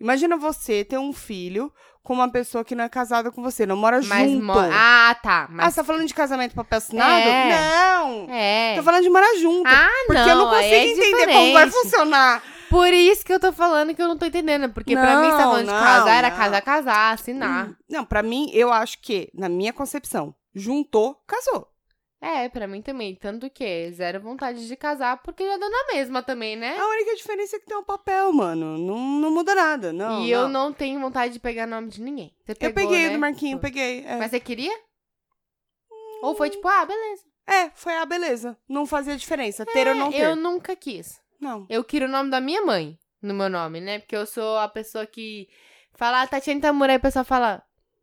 A: Imagina você ter um filho com uma pessoa que não é casada com você, não mora
B: Mas
A: junto.
B: mo- Ah, tá.
A: Ah,
B: Mas...
A: você tá falando de casamento papel assinado?
B: É.
A: Não!
B: é.
A: Assim, Tô falando de morar junto.
B: Ah,
A: porque
B: não,
A: eu não
B: aí
A: consigo
B: é
A: entender como vai
B: diferente.
A: funcionar.
B: Por isso que eu tô falando que eu não tô entendendo. Porque pra mim, você
A: Não,
B: tá falando de
A: não,
B: casar, era
A: não. Hum.
B: casar, casar, assinar.
A: Não, pra mim, eu acho que, na minha concepção, juntou, casou.
B: É, pra mim também. Tanto que é zero vontade de casar, porque já deu na mesma também, né?
A: A única diferença é que tem um papel, mano. Não, não muda nada, não.
B: e eu não tenho vontade de pegar nome de ninguém. Você pegou,
A: Eu peguei
B: né?
A: do Marquinho, peguei. É.
B: Mas você queria? Ou foi tipo, ah, beleza.
A: É, foi a beleza. Não fazia diferença. Ter ou não ter.
B: É, Eu nunca quis.
A: Não.
B: Eu queria o nome da minha mãe no meu nome, né? Porque eu sou a pessoa que fala, ah, Tatiana Tamura, aí a pessoa fala,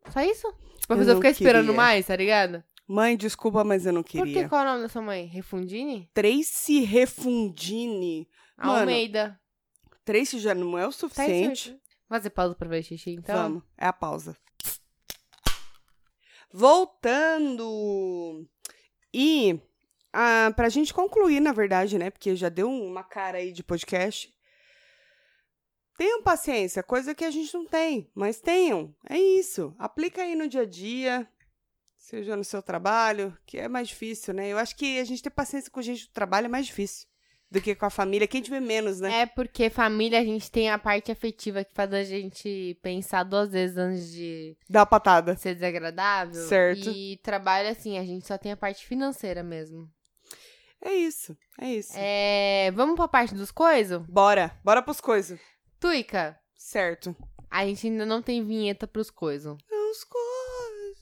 B: só isso? Tipo, a
A: Eu
B: pessoa
A: não
B: fica esperando
A: queria.
B: mais, tá ligado?
A: Mãe, desculpa, mas eu não
B: Por que
A: queria.
B: qual é o nome da sua mãe? Refundini?
A: Tracy Refundini. Mano,
B: Almeida.
A: Tracy já não é o
B: Tá
A: suficiente.
B: certo. Fazer pausa pra ver xixi, então.
A: Vamos, é a pausa. Voltando. E ah, pra gente concluir, na verdade, né? Porque já deu uma cara aí de podcast. Tenham paciência, coisa que a gente não tem, mas tenham. É isso. Aplica aí no dia a dia, seja no seu trabalho, que é mais difícil, né? Eu acho que a gente ter paciência com gente do trabalho é mais difícil do que com a família, que a gente vê menos, né?
B: É porque família a gente tem a parte afetiva que faz a gente pensar duas vezes antes de
A: Dá uma patada.
B: ser desagradável.
A: Certo.
B: E trabalho assim, a gente só tem a parte financeira mesmo.
A: É isso, é isso.
B: É, vamos pra parte dos coisas?
A: Bora, bora pros coisas.
B: Tuica,
A: Certo.
B: a gente ainda não tem vinheta pros coisas.
A: Os coisas.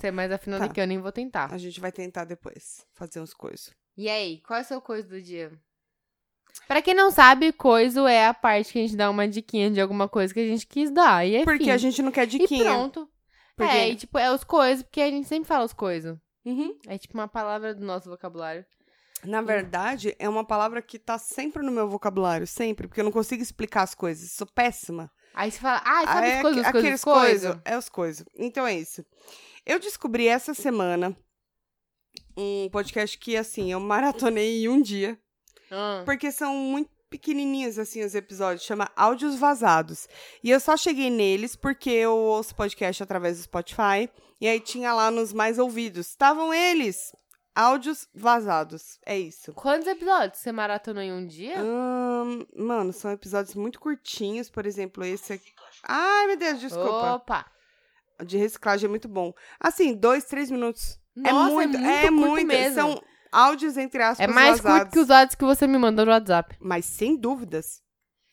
B: Você é mais afinado
A: Tá.
B: que eu nem vou tentar.
A: A gente vai tentar depois fazer uns coisas.
B: E aí, qual é o seu coisa do dia? Pra quem não sabe, coisa é a parte que a gente dá uma diquinha de alguma coisa que a gente quis dar. E é
A: Porque
B: fim.
A: a gente não quer
B: E
A: diquinha.
B: pronto.
A: Porque...
B: É, e tipo, é os coisas, porque a gente sempre fala os coisas.
A: Uhum.
B: É tipo uma palavra do nosso vocabulário. Hum.
A: Na verdade, é uma palavra que tá sempre no meu vocabulário, sempre, porque eu não consigo explicar as coisas. Sou péssima.
B: Aí você fala, ah, sabe
A: é
B: as coisas,
A: aque-
B: as coisas, as
A: aqueles
B: coisas.
A: coisa, É os coisas. Então é isso. Eu descobri essa semana um podcast que, assim, eu maratonei em um dia.
B: Ah,
A: Porque são muito pequenininhos, assim, os episódios. Chama Áudios Vazados. E eu só cheguei neles porque eu ouço podcast através do Spotify. E aí tinha lá nos mais ouvidos. Estavam eles. Áudios Vazados. É isso.
B: Quantos episódios você maratonou em um
A: Ah,
B: dia?
A: Ahn, mano, são episódios muito curtinhos. Por exemplo, esse aqui. Ai, meu Deus, desculpa.
B: Opa.
A: de reciclagem é muito bom. Assim, dois, três minutos. é
B: Nossa,
A: muito, é
B: curto
A: muito.
B: mesmo.
A: São áudios, entre aspas,
B: é mais
A: vazados.
B: curto que os áudios que você me mandou no WhatsApp.
A: Mas sem dúvidas.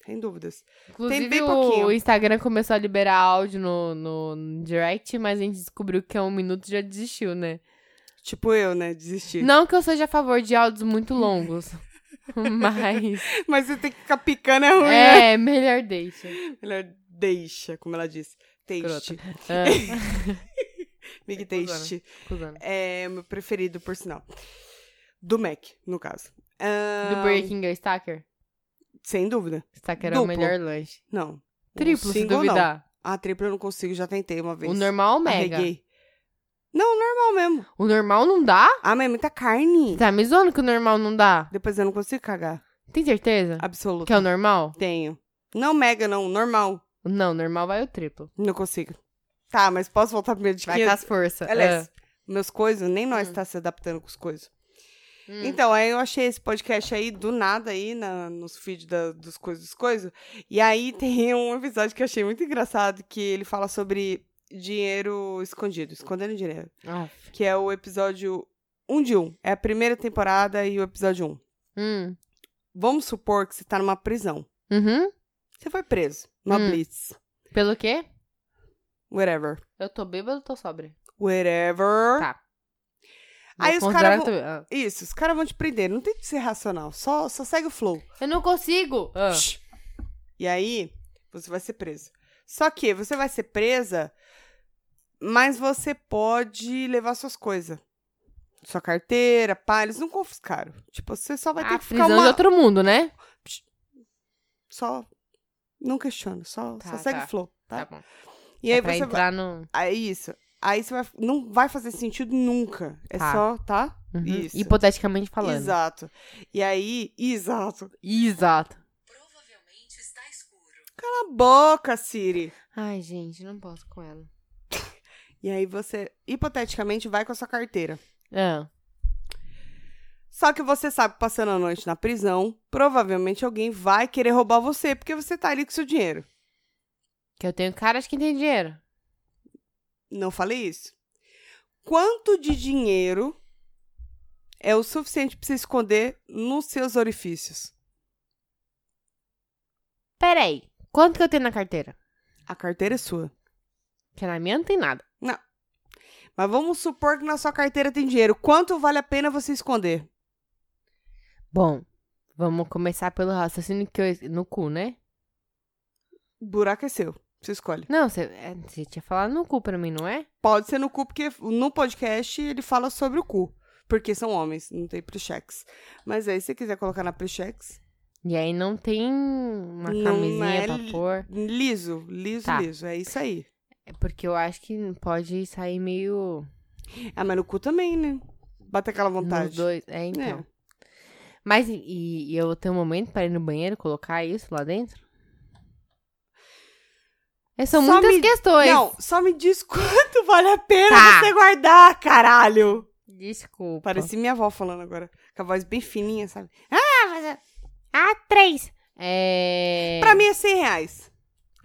A: Sem dúvidas.
B: Inclusive,
A: bem pouquinho.
B: o Instagram começou a liberar áudio no, no no direct, mas a gente descobriu que é um minuto e já desistiu, né?
A: Tipo eu, né? Desistir.
B: Não que eu seja a favor de áudios muito longos. mas
A: Mas você tem que ficar picando, é ruim. né?
B: é melhor deixa.
A: Melhor deixa, como ela disse. Taste.
B: Ah,
A: Big
B: Tô usando.
A: Taste.
B: tô usando.
A: É meu preferido, por sinal. Do Mac, no caso.
B: Do Burger King é Stacker?
A: Sem dúvida.
B: Stacker é o
A: Duplo.
B: melhor lanche.
A: Não. O
B: Triplo, se
A: single, Não.
B: duvidar.
A: A tripla eu não consigo, já tentei uma vez.
B: O normal é mega.
A: Arreguei. Não, o normal mesmo.
B: O normal não dá?
A: Ah, mas é muita carne.
B: Tá me zoando que o normal não dá?
A: Depois eu não consigo cagar.
B: Tem certeza?
A: Absoluto.
B: Que é o normal?
A: Tenho. Não mega, não. Normal.
B: Não, normal vai o triplo.
A: Não consigo. Tá, mas posso voltar primeiro de
B: Vai
A: 500?
B: com as forças. Ah.
A: Aliás, meus coisas, nem nós
B: Hum.
A: tá se adaptando com os coisas.
B: Ah. Hum.
A: Então, aí eu achei esse podcast aí, do nada, aí, na, nos feed da- dos coisas, dos coisas. E aí tem um episódio que eu achei muito engraçado, que ele fala sobre dinheiro escondido, escondendo dinheiro.
B: Ah.
A: Que é o episódio 1 de 1. É a primeira temporada e o episódio 1.
B: Hum.
A: Vamos supor que você tá numa prisão.
B: Uhum.
A: Você foi preso, numa
B: Hum.
A: blitz,
B: Pelo quê?
A: whatever.
B: Eu tô bêbado ou tô sobra?
A: Whatever.
B: Tá.
A: Aí
B: Vou
A: os
B: considerar
A: caras
B: que tô- ah.
A: Isso, os caras vão te prender. Não tem que ser racional. Só, só segue o flow.
B: Eu não consigo! Ah.
A: Shh. E aí, você vai ser preso. Só que você vai ser presa, mas você pode levar suas coisas. Sua carteira, pá, eles não confiscaram. Tipo, você só vai ter
B: Ah,
A: que ficar
B: prisão
A: uma...
B: de outro mundo, né?
A: Só... Não questiona, só,
B: Tá,
A: só segue
B: tá.
A: o flow, tá?
B: bom.
A: E aí
B: é pra
A: você vai...
B: entrar no...
A: Aí isso. Aí você vai... Não vai fazer sentido nunca. É
B: Tá.
A: só, tá?
B: Uhum.
A: Isso.
B: Hipoteticamente falando.
A: Exato. E aí... Exato.
B: Exato.
C: Provavelmente está escuro.
A: Cala a boca, Siri.
B: Ai, gente, não posso com ela.
A: E aí você, hipoteticamente, vai com a sua carteira.
B: Ah.
A: Só que você sabe que passando a noite na prisão, provavelmente alguém vai querer roubar você, porque você tá ali com seu dinheiro.
B: Que eu tenho cara de quem tem dinheiro.
A: Não falei isso? Quanto de dinheiro é o suficiente pra você esconder nos seus orifícios?
B: Peraí, quanto que eu tenho na carteira?
A: A carteira é sua.
B: Que na minha não tem nada.
A: Mas vamos supor que na sua carteira tem dinheiro. Quanto vale a pena você esconder?
B: Bom, vamos começar pelo raciocínio que eu... No cu, né?
A: O buraco é seu. Você escolhe.
B: Não, você, é, você tinha falado no cu pra mim, não é?
A: Pode ser no cu, porque no podcast ele fala sobre o cu. Porque são homens, não tem pre-cheques. Mas aí, se você quiser colocar na pre-cheques,
B: E aí não tem uma
A: Não
B: camisinha
A: é
B: pra
A: li-
B: pôr.
A: liso, liso,
B: Tá.
A: liso. É isso aí.
B: É porque eu acho que pode sair meio
A: Ah, mas no cu também, né? Bate aquela
B: nos
A: vontade.
B: dois. É, então.
A: É.
B: Mas e- e, e eu tenho um momento pra ir no banheiro colocar isso lá dentro? É, São
A: Só
B: muitas
A: me-
B: questões.
A: Não, só me diz quanto vale a pena
B: Tá.
A: você guardar, caralho.
B: Desculpa.
A: Parece minha avó falando agora. Com a voz bem fininha, sabe?
B: Ah, três. É.
A: Pra mim é 100 reais.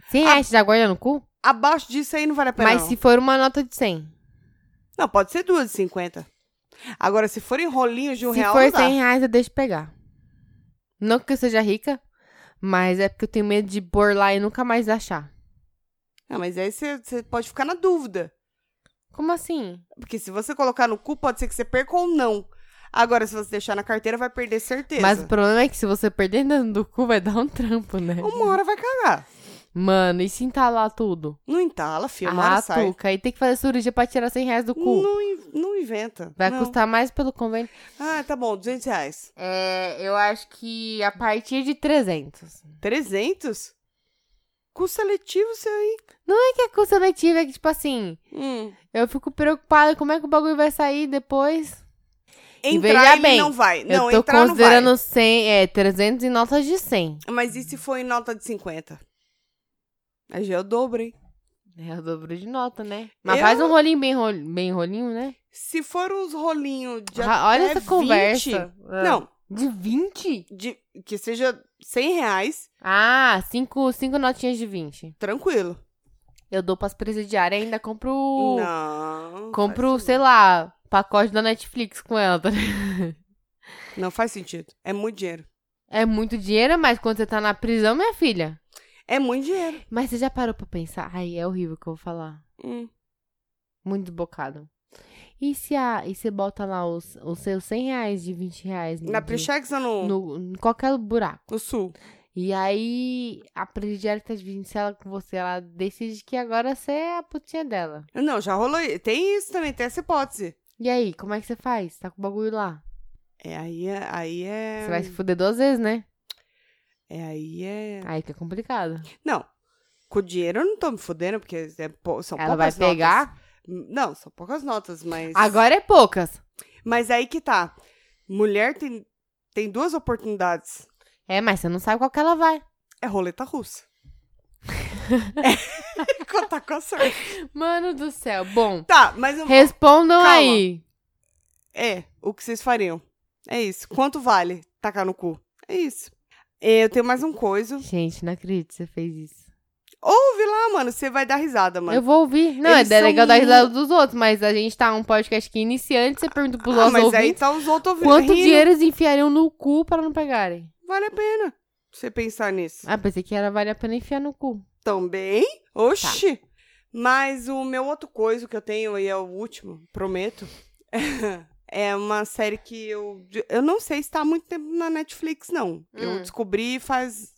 B: 100 reais já guarda no cu?
A: Abaixo disso aí não vale a pena.
B: Mas
A: não.
B: se for uma nota de 100.
A: não, pode ser duas de 50. Agora, se forem rolinhos de um
B: se
A: real,
B: for
A: não dá.
B: 100 reais, eu deixo pegar. Não que eu seja rica, mas é porque eu tenho medo de pôr lá e nunca mais achar.
A: Não, Ah, mas aí você você pode ficar na dúvida.
B: Como assim?
A: Porque se você colocar no cu, pode ser que você perca ou não. Agora, se você deixar na carteira, vai perder certeza.
B: Mas o problema é que se você perder dentro do cu, vai dar um trampo, né?
A: Uma hora vai cagar.
B: Mano, e se entalar tudo?
A: Não entala, filho. Uma
B: ah,
A: hora sai.
B: Tuca, aí tem que fazer cirurgia pra tirar 100 reais do cu.
A: Não, in- não inventa.
B: Vai
A: não.
B: custar mais pelo convênio.
A: Ah, tá bom, 200 reais.
B: É, eu acho que a partir de 300.
A: 300? Custo seletivo, seu aí.
B: O que é custo seletivo? É que, tipo assim, eu fico preocupada como é que o bagulho vai sair depois. E veja
A: Entrar ele
B: bem,
A: não vai. Não,
B: eu tô
A: entrar
B: considerando
A: não
B: 100, é, 300 em notas de 100.
A: vai. Mas e se for em nota de 50? Aí já é o dobro, hein?
B: É o dobro de nota, né? Mas
A: Eu-
B: faz um rolinho bem, rol- bem rolinho, né?
A: Se for uns rolinhos de
B: Ah, Olha
A: até
B: essa conversa.
A: 20.
B: Ah.
A: Não,
B: De 20?
A: de, que seja 100 reais,
B: Ah, cinco, cinco notinhas de 20.
A: tranquilo.
B: Eu dou pras presidiárias e ainda compro.
A: Não.
B: compro,
A: faz
B: sei lá, pacote da Netflix com ela. tá ligado?
A: sentido. Não faz sentido. É muito dinheiro.
B: É muito dinheiro, mas quando você tá na prisão, minha filha.
A: É muito dinheiro.
B: Mas você já parou pra pensar? Ai, é horrível o que eu vou falar.
A: Hum.
B: Muito desbocado. E se a, e você bota lá os, os seus 100 reais de 20 reais no,
A: Na um.
B: de-
A: Prechex ou no, no...
B: no, em qualquer buraco?
A: Sul?
B: E aí, a presidiária que tá dividindo ela com você, ela decide que agora você é a putinha dela.
A: Não, já rolou. i- Tem isso também, tem essa hipótese.
B: E aí, como é que você faz? Tá com o bagulho lá.
A: É, aí é. Aí é...
B: Você vai se fuder duas vezes, né?
A: é, aí é...
B: Aí que é complicado.
A: Não. Com o dinheiro eu não tô me fodendo, porque é pou- são
B: ela vai
A: poucas
B: pegar.
A: notas. Hum, Não, são poucas notas, mas.
B: Agora é poucas.
A: Mas aí que tá. Mulher tem, tem duas oportunidades.
B: É, mas você não sabe qual que ela vai.
A: É roleta russa. é contar com a sorte.
B: Mano do céu. Bom,
A: Tá, mas. eu-
B: respondam
A: Calma.
B: aí.
A: É, o que vocês fariam. É isso. Quanto vale tacar no cu? É isso. É, Eu tenho mais um coisa.
B: Gente, não acredito que você fez isso.
A: Ouve lá, mano. Você vai dar risada, mano.
B: Eu vou ouvir. Não,
A: Eles
B: é
A: são
B: legal dar
A: muito-
B: risada dos outros, mas a gente tá um podcast que é iniciante, você pergunta pros
A: Ah,
B: nossos
A: mas aí
B: ouvintes
A: tá os outros ouvindo.
B: quanto
A: rindo.
B: dinheiro eles enfiariam no cu para não pegarem.
A: Vale a pena você pensar nisso.
B: Ah, pensei que era vale a pena enfiar no cu.
A: Também? Oxi! Mas o meu outro coisa que eu tenho, e é o último, prometo, é uma série que eu. Eu não sei se tá há muito tempo na Netflix, não. Eu
B: Hum.
A: descobri faz.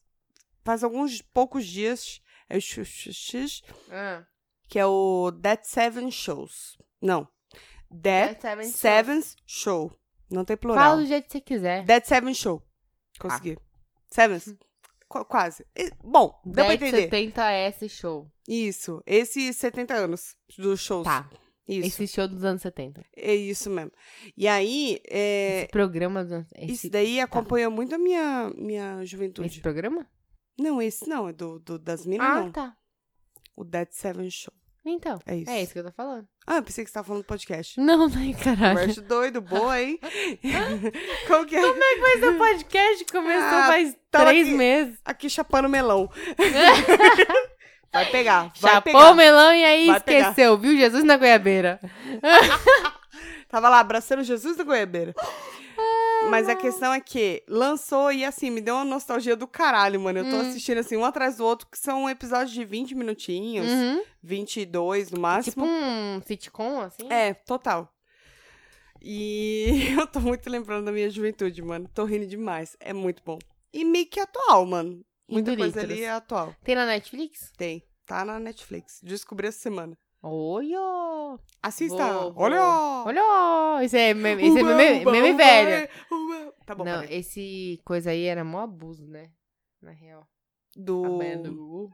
A: faz alguns poucos dias. é x- x- x,
B: Ah,
A: Que é o Dead Seven Shows. Não. Dead,
B: é seven
A: Seven Show. Não tem
B: Fala
A: plural.
B: do jeito Ah. que você quiser.
A: Dead Seven Show. Consegui. Sevens? Qu- quase. E- Bom, deu pra
B: Dez
A: entender.
B: 70 S show.
A: Isso, esses 70 anos dos shows.
B: Tá.
A: Isso,
B: Esse show dos anos 70.
A: é isso mesmo. E aí, é,
B: Esse programa dos anos... Esse, tá.
A: isso daí acompanha muito a minha, minha juventude.
B: esse programa?
A: Não, esse não, é do, do- das minas,
B: ah,
A: não.
B: tá.
A: O Dead Seven Show,
B: Então,
A: é isso.
B: é isso que eu tô falando.
A: Ah, eu pensei que você tava falando do podcast.
B: Não, não, caralho.
A: Conversa doido, boa, hein? Como que é?
B: Mas o podcast começou
A: Ah,
B: faz
A: tava
B: três
A: aqui-
B: meses.
A: Aqui chapando melão. vai pegar, vai
B: Chapou o
A: pegar.
B: melão e aí
A: Vai pegar.
B: esqueceu, viu? Jesus na goiabeira.
A: Tava lá abraçando Jesus da Goiabeira.
B: Ah.
A: Mas a questão é que lançou e assim, me deu uma nostalgia do caralho, mano.
B: Hum.
A: Eu tô assistindo assim, um atrás do outro, que são episódios de 20 minutinhos,
B: Uhum.
A: 22 no máximo.
B: Tipo um sitcom, assim.
A: É, total. E eu tô muito lembrando da minha juventude, mano. Tô rindo demais. É muito bom. E meio que atual, mano. Muita coisa
B: Indulícolas.
A: ali é atual.
B: Tem na Netflix?
A: Tem. Tá na Netflix. Descobri essa semana.
B: Olha!
A: Assista.
B: Vou, vou.
A: Olha!
B: Olha! Esse é meme, esse é
A: Uba,
B: meme,
A: uba,
B: meme
A: uba,
B: velho.
A: uba. é. Tá bom,
B: Não,
A: peraí.
B: esse coisa aí era mó abuso, né? Na real. Tá A
A: Do...
B: banha do Gugu.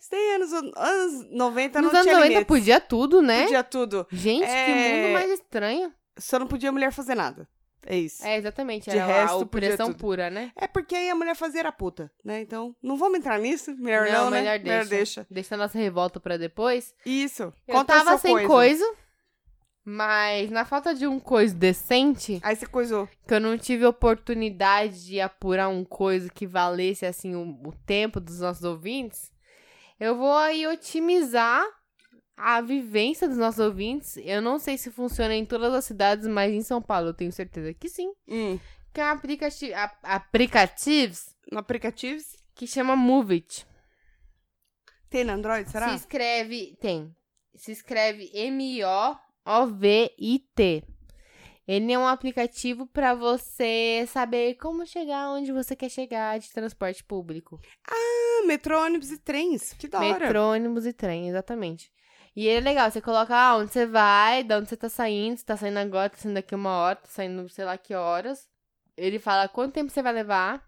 A: Isso daí anos, anos 90 não
B: Nos anos
A: tinha
B: 90
A: limites.
B: podia tudo, né?
A: Podia tudo.
B: Gente, que
A: É.
B: mundo mais estranho.
A: Só não podia mulher fazer nada. É isso. É,
B: É, exatamente.
A: De
B: Era a
A: resto, podia
B: opressão
A: tudo.
B: pura, né?
A: porque aí a mulher fazia era puta, né? Então, não vamos entrar nisso. Melhor não, né?
B: melhor deixa.
A: Melhor deixa.
B: Deixa a nossa revolta pra depois.
A: Isso.
B: Eu
A: Conta a
B: tava
A: sua
B: sem
A: coisa.
B: coisa. mas na falta de um coisa decente,
A: Aí você coisou.
B: que eu não tive oportunidade de apurar um coisa que valesse, assim, o, o tempo dos nossos ouvintes, eu vou aí otimizar a vivência dos nossos ouvintes. Eu não sei se funciona em todas as cidades, mas em São Paulo eu tenho certeza que sim.
A: Hum.
B: Que é um aplicati a- aplicativos
A: No aplicativos?
B: que chama Movit.
A: Tem no Android, será?
B: Se escreve. Tem. Se escreve M-O-O-V-I-T. Ele é um aplicativo pra você saber como chegar onde você quer chegar de transporte público.
A: Ah, metrô, ônibus e trens. Que da hora.
B: Metrô, ônibus e trem, exatamente. E ele é legal, você coloca ah, onde você vai, de onde você tá saindo, se tá saindo agora, tá saindo daqui uma hora, tá saindo sei lá que horas. Ele fala quanto tempo você vai levar.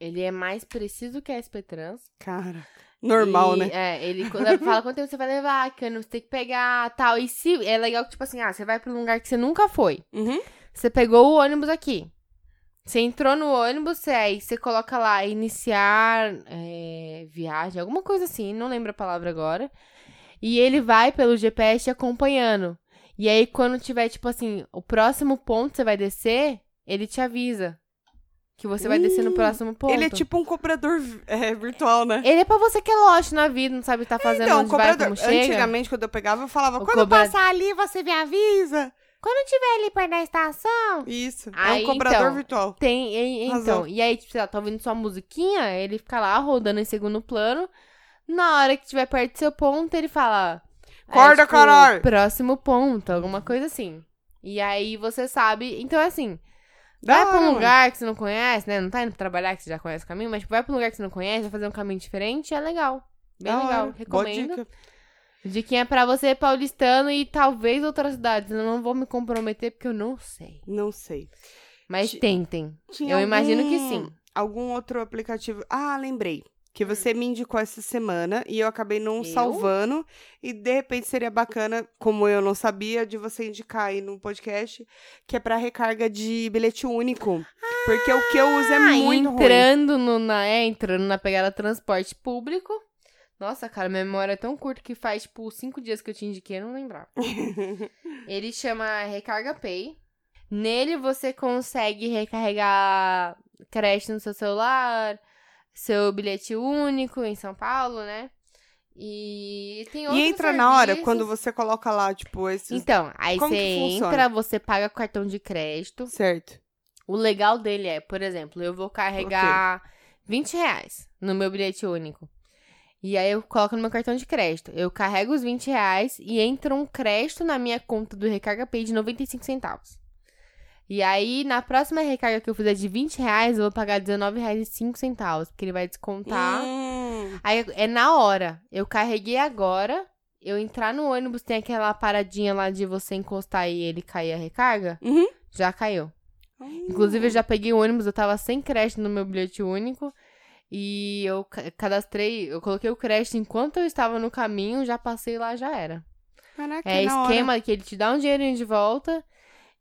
B: Ele é mais preciso que a SP Trans.
A: Cara, normal,
B: E,
A: né?
B: É, ele co- le- fala quanto tempo você vai levar, que ônibus tem que pegar, tal. E se é legal que, tipo assim, ah, você vai pra um lugar que você nunca foi.
A: Uhum.
B: Você pegou o ônibus aqui. Você entrou no ônibus, você, aí você coloca lá iniciar é, viagem, alguma coisa assim, não lembro a palavra agora. E ele vai pelo GPS te acompanhando. E aí, quando tiver, tipo assim, o próximo ponto que você vai descer, ele te avisa. Que você vai descer no próximo ponto.
A: Ele é tipo um cobrador vi- é, virtual, né?
B: Ele é pra você que é lost na vida, não sabe o que tá fazendo,
A: Então,
B: onde vai, como chega.
A: Antigamente, quando eu pegava, eu falava,
B: O
A: quando
B: cobra-
A: passar ali, você me avisa.
B: Quando tiver ali perto da estação,
A: Isso. é
B: Aí,
A: um cobrador
B: então,
A: virtual.
B: tem... e- e-
A: Razão.
B: então, e aí, tipo, sei lá, tá ouvindo sua musiquinha, ele fica lá rodando em segundo plano. Na hora que tiver perto do seu ponto, ele fala... é,
A: Acorda, caralho!
B: Próximo ponto, alguma coisa assim. E aí você sabe... Então, é assim...
A: Da
B: Vai pra
A: hora,
B: um
A: mano.
B: lugar que você não conhece, né? Não tá indo pra trabalhar que você já conhece o caminho, mas tipo, vai pra um lugar que você não conhece, vai fazer um caminho diferente, é legal. Bem
A: Da
B: legal.
A: hora. Boa
B: Recomendo.
A: dica.
B: Diquinha é pra você, paulistano e talvez outras cidades. Eu não vou me comprometer porque eu não sei.
A: Não sei.
B: Mas
A: Ti-
B: tentem.
A: Tinha
B: eu imagino que
A: algum-
B: sim. Hum.
A: Algum outro aplicativo. Ah, lembrei. Que você me indicou essa semana e eu acabei não
B: Eu?
A: salvando. E de repente seria bacana, como eu não sabia, de você indicar aí no podcast, que é pra recarga de bilhete único. porque o que eu uso é
B: Ah,
A: muito ruim.
B: entrando no, na, é, entrando na pegada transporte público. Nossa, cara, minha memória é tão curta que faz, tipo, cinco dias que eu te indiquei, eu não lembrava. Ele chama Recarga Pay. Nele você consegue recarregar crédito no seu celular, seu bilhete único em São Paulo, né? E tem outros
A: E entra na hora,
B: serviços.
A: quando você coloca lá, tipo, esse.
B: Então, aí
A: Como
B: você
A: que funciona?
B: entra, você paga com cartão de crédito.
A: Certo.
B: O legal dele é, por exemplo, eu vou carregar 20 reais no meu bilhete único. E aí eu coloco no meu cartão de crédito. Eu carrego os 20 reais e entra um crédito na minha conta do Recarga Pay de 95 centavos. E aí, na próxima recarga que eu fizer de 20 reais, eu vou pagar R$19,05, porque ele vai descontar.
A: Hum,
B: Aí é na hora. Eu carreguei agora, eu entrar no ônibus, tem aquela paradinha lá de você encostar e ele cair a recarga.
A: Uhum.
B: Já caiu. Inclusive, eu já peguei o ônibus, eu tava sem crédito no meu bilhete único. E eu ca- cadastrei, eu coloquei o crédito enquanto eu estava no caminho, já passei lá, já era.
A: Caraca,
B: É
A: na hora.
B: esquema que ele te dá um dinheirinho de volta,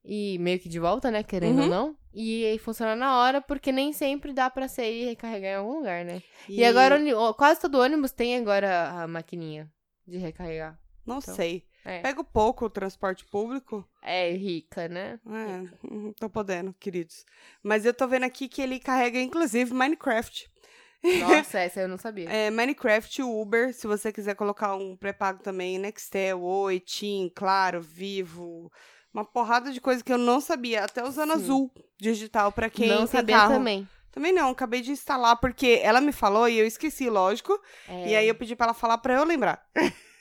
B: e meio que de volta, né, querendo
A: Uhum.
B: ou não. E aí funciona na hora, porque nem sempre dá pra você ir recarregar em algum lugar, né? E, agora oni- ó, quase todo ônibus tem agora a maquininha de recarregar.
A: Não
B: então.
A: sei.
B: É,
A: Pego pouco o transporte público.
B: é rica, né?
A: É, uhum, tô podendo, queridos. Mas eu tô vendo aqui que ele carrega, inclusive, Minecraft.
B: Nossa, essa eu não sabia.
A: É, Minecraft, Uber, se você quiser colocar um pré-pago também, Nextel, Oi, Tim, Claro, Vivo. Uma porrada de coisa que eu não sabia, até usando
B: Sim.
A: azul digital pra quem
B: não
A: tem
B: sabia
A: carro.
B: também.
A: Também não, acabei de instalar porque ela me falou e eu esqueci, lógico.
B: É,
A: E aí eu pedi pra ela falar pra eu lembrar.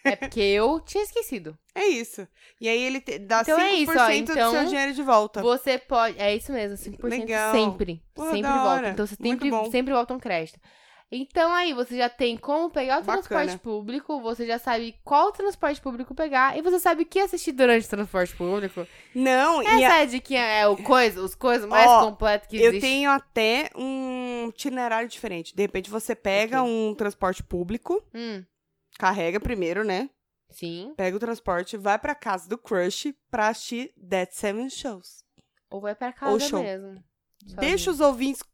B: é porque eu tinha esquecido.
A: É isso. E aí ele te- dá
B: Então
A: 5%
B: é isso, ó,
A: do seu
B: então-
A: dinheiro de volta.
B: Você pode. É isso mesmo,
A: Tá.
B: 5%
A: Legal.
B: sempre.
A: Pô,
B: sempre
A: da hora.
B: volta. Então você
A: Muito
B: sempre,
A: bom.
B: sempre volta um crédito. Então aí você já tem como pegar o
A: Bacana.
B: transporte público, você já sabe qual transporte público pegar e você sabe o que assistir durante o transporte público.
A: Não, e a-
B: Essa é de que é o coisa, os coisas mais
A: Ó,
B: completos que
A: eu
B: existe.
A: tenho até um itinerário diferente. De repente você pega um transporte público,
B: Hum,
A: carrega primeiro, né?
B: sim.
A: Pega o transporte, vai pra casa do crush pra assistir Dead Seven Shows.
B: Ou vai pra casa
A: Ou show.
B: mesmo. Sozinho.
A: Deixa os ouvintes.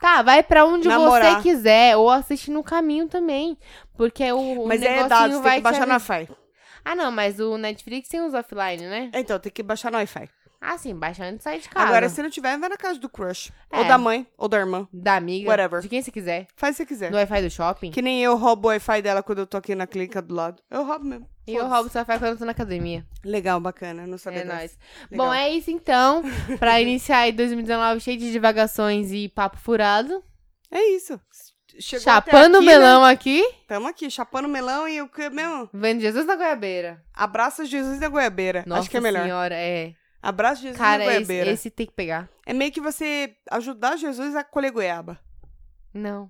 B: Tá, vai pra onde
A: Namorar.
B: você quiser, ou assiste no caminho também. Porque o, o
A: Mas é
B: negocinho
A: dados, tem
B: vai
A: que baixar
B: te
A: no
B: avi-
A: Wi-Fi.
B: Ah, não, mas o Netflix tem os offline, né?
A: Então, tem que baixar no Wi-Fi.
B: Ah, sim, baixando e sai de casa.
A: Agora, se não tiver, vai na casa do crush. Ou
B: É.
A: da mãe, ou da irmã.
B: Da amiga.
A: Whatever.
B: De quem você quiser.
A: Faz se quiser.
B: Do Wi-Fi do shopping.
A: Que nem eu roubo o Wi-Fi dela quando eu tô aqui na clínica do lado. Eu roubo mesmo.
B: E eu
A: Foda-se.
B: roubo seu Wi-Fi quando eu tô na academia.
A: Legal, bacana. Não sabia
B: é
A: dessa.
B: nóis.
A: Legal.
B: Bom, é isso então. pra iniciar aí 2019 cheio de divagações e papo furado.
A: É isso. Chegou até
B: Chapando o
A: aqui,
B: melão aqui.
A: Né? Tamo aqui, chapando o melão e o que mesmo?
B: Vendo Jesus na goiabeira.
A: Abraça Jesus da goiabeira.
B: Nossa
A: Acho que é melhor.
B: senhora, é.
A: Abraça Jesus da
B: Cara, esse,
A: goiabeira.
B: esse tem que pegar.
A: É meio que você ajudar Jesus a colher goiaba.
B: Não.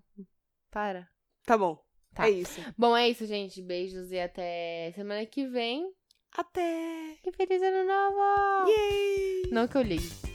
B: Para.
A: Tá bom.
B: Tá.
A: É isso.
B: Bom, é isso, gente. Beijos e até semana que vem.
A: Até.
B: E feliz ano novo!
A: Yay!
B: Não que eu ligue.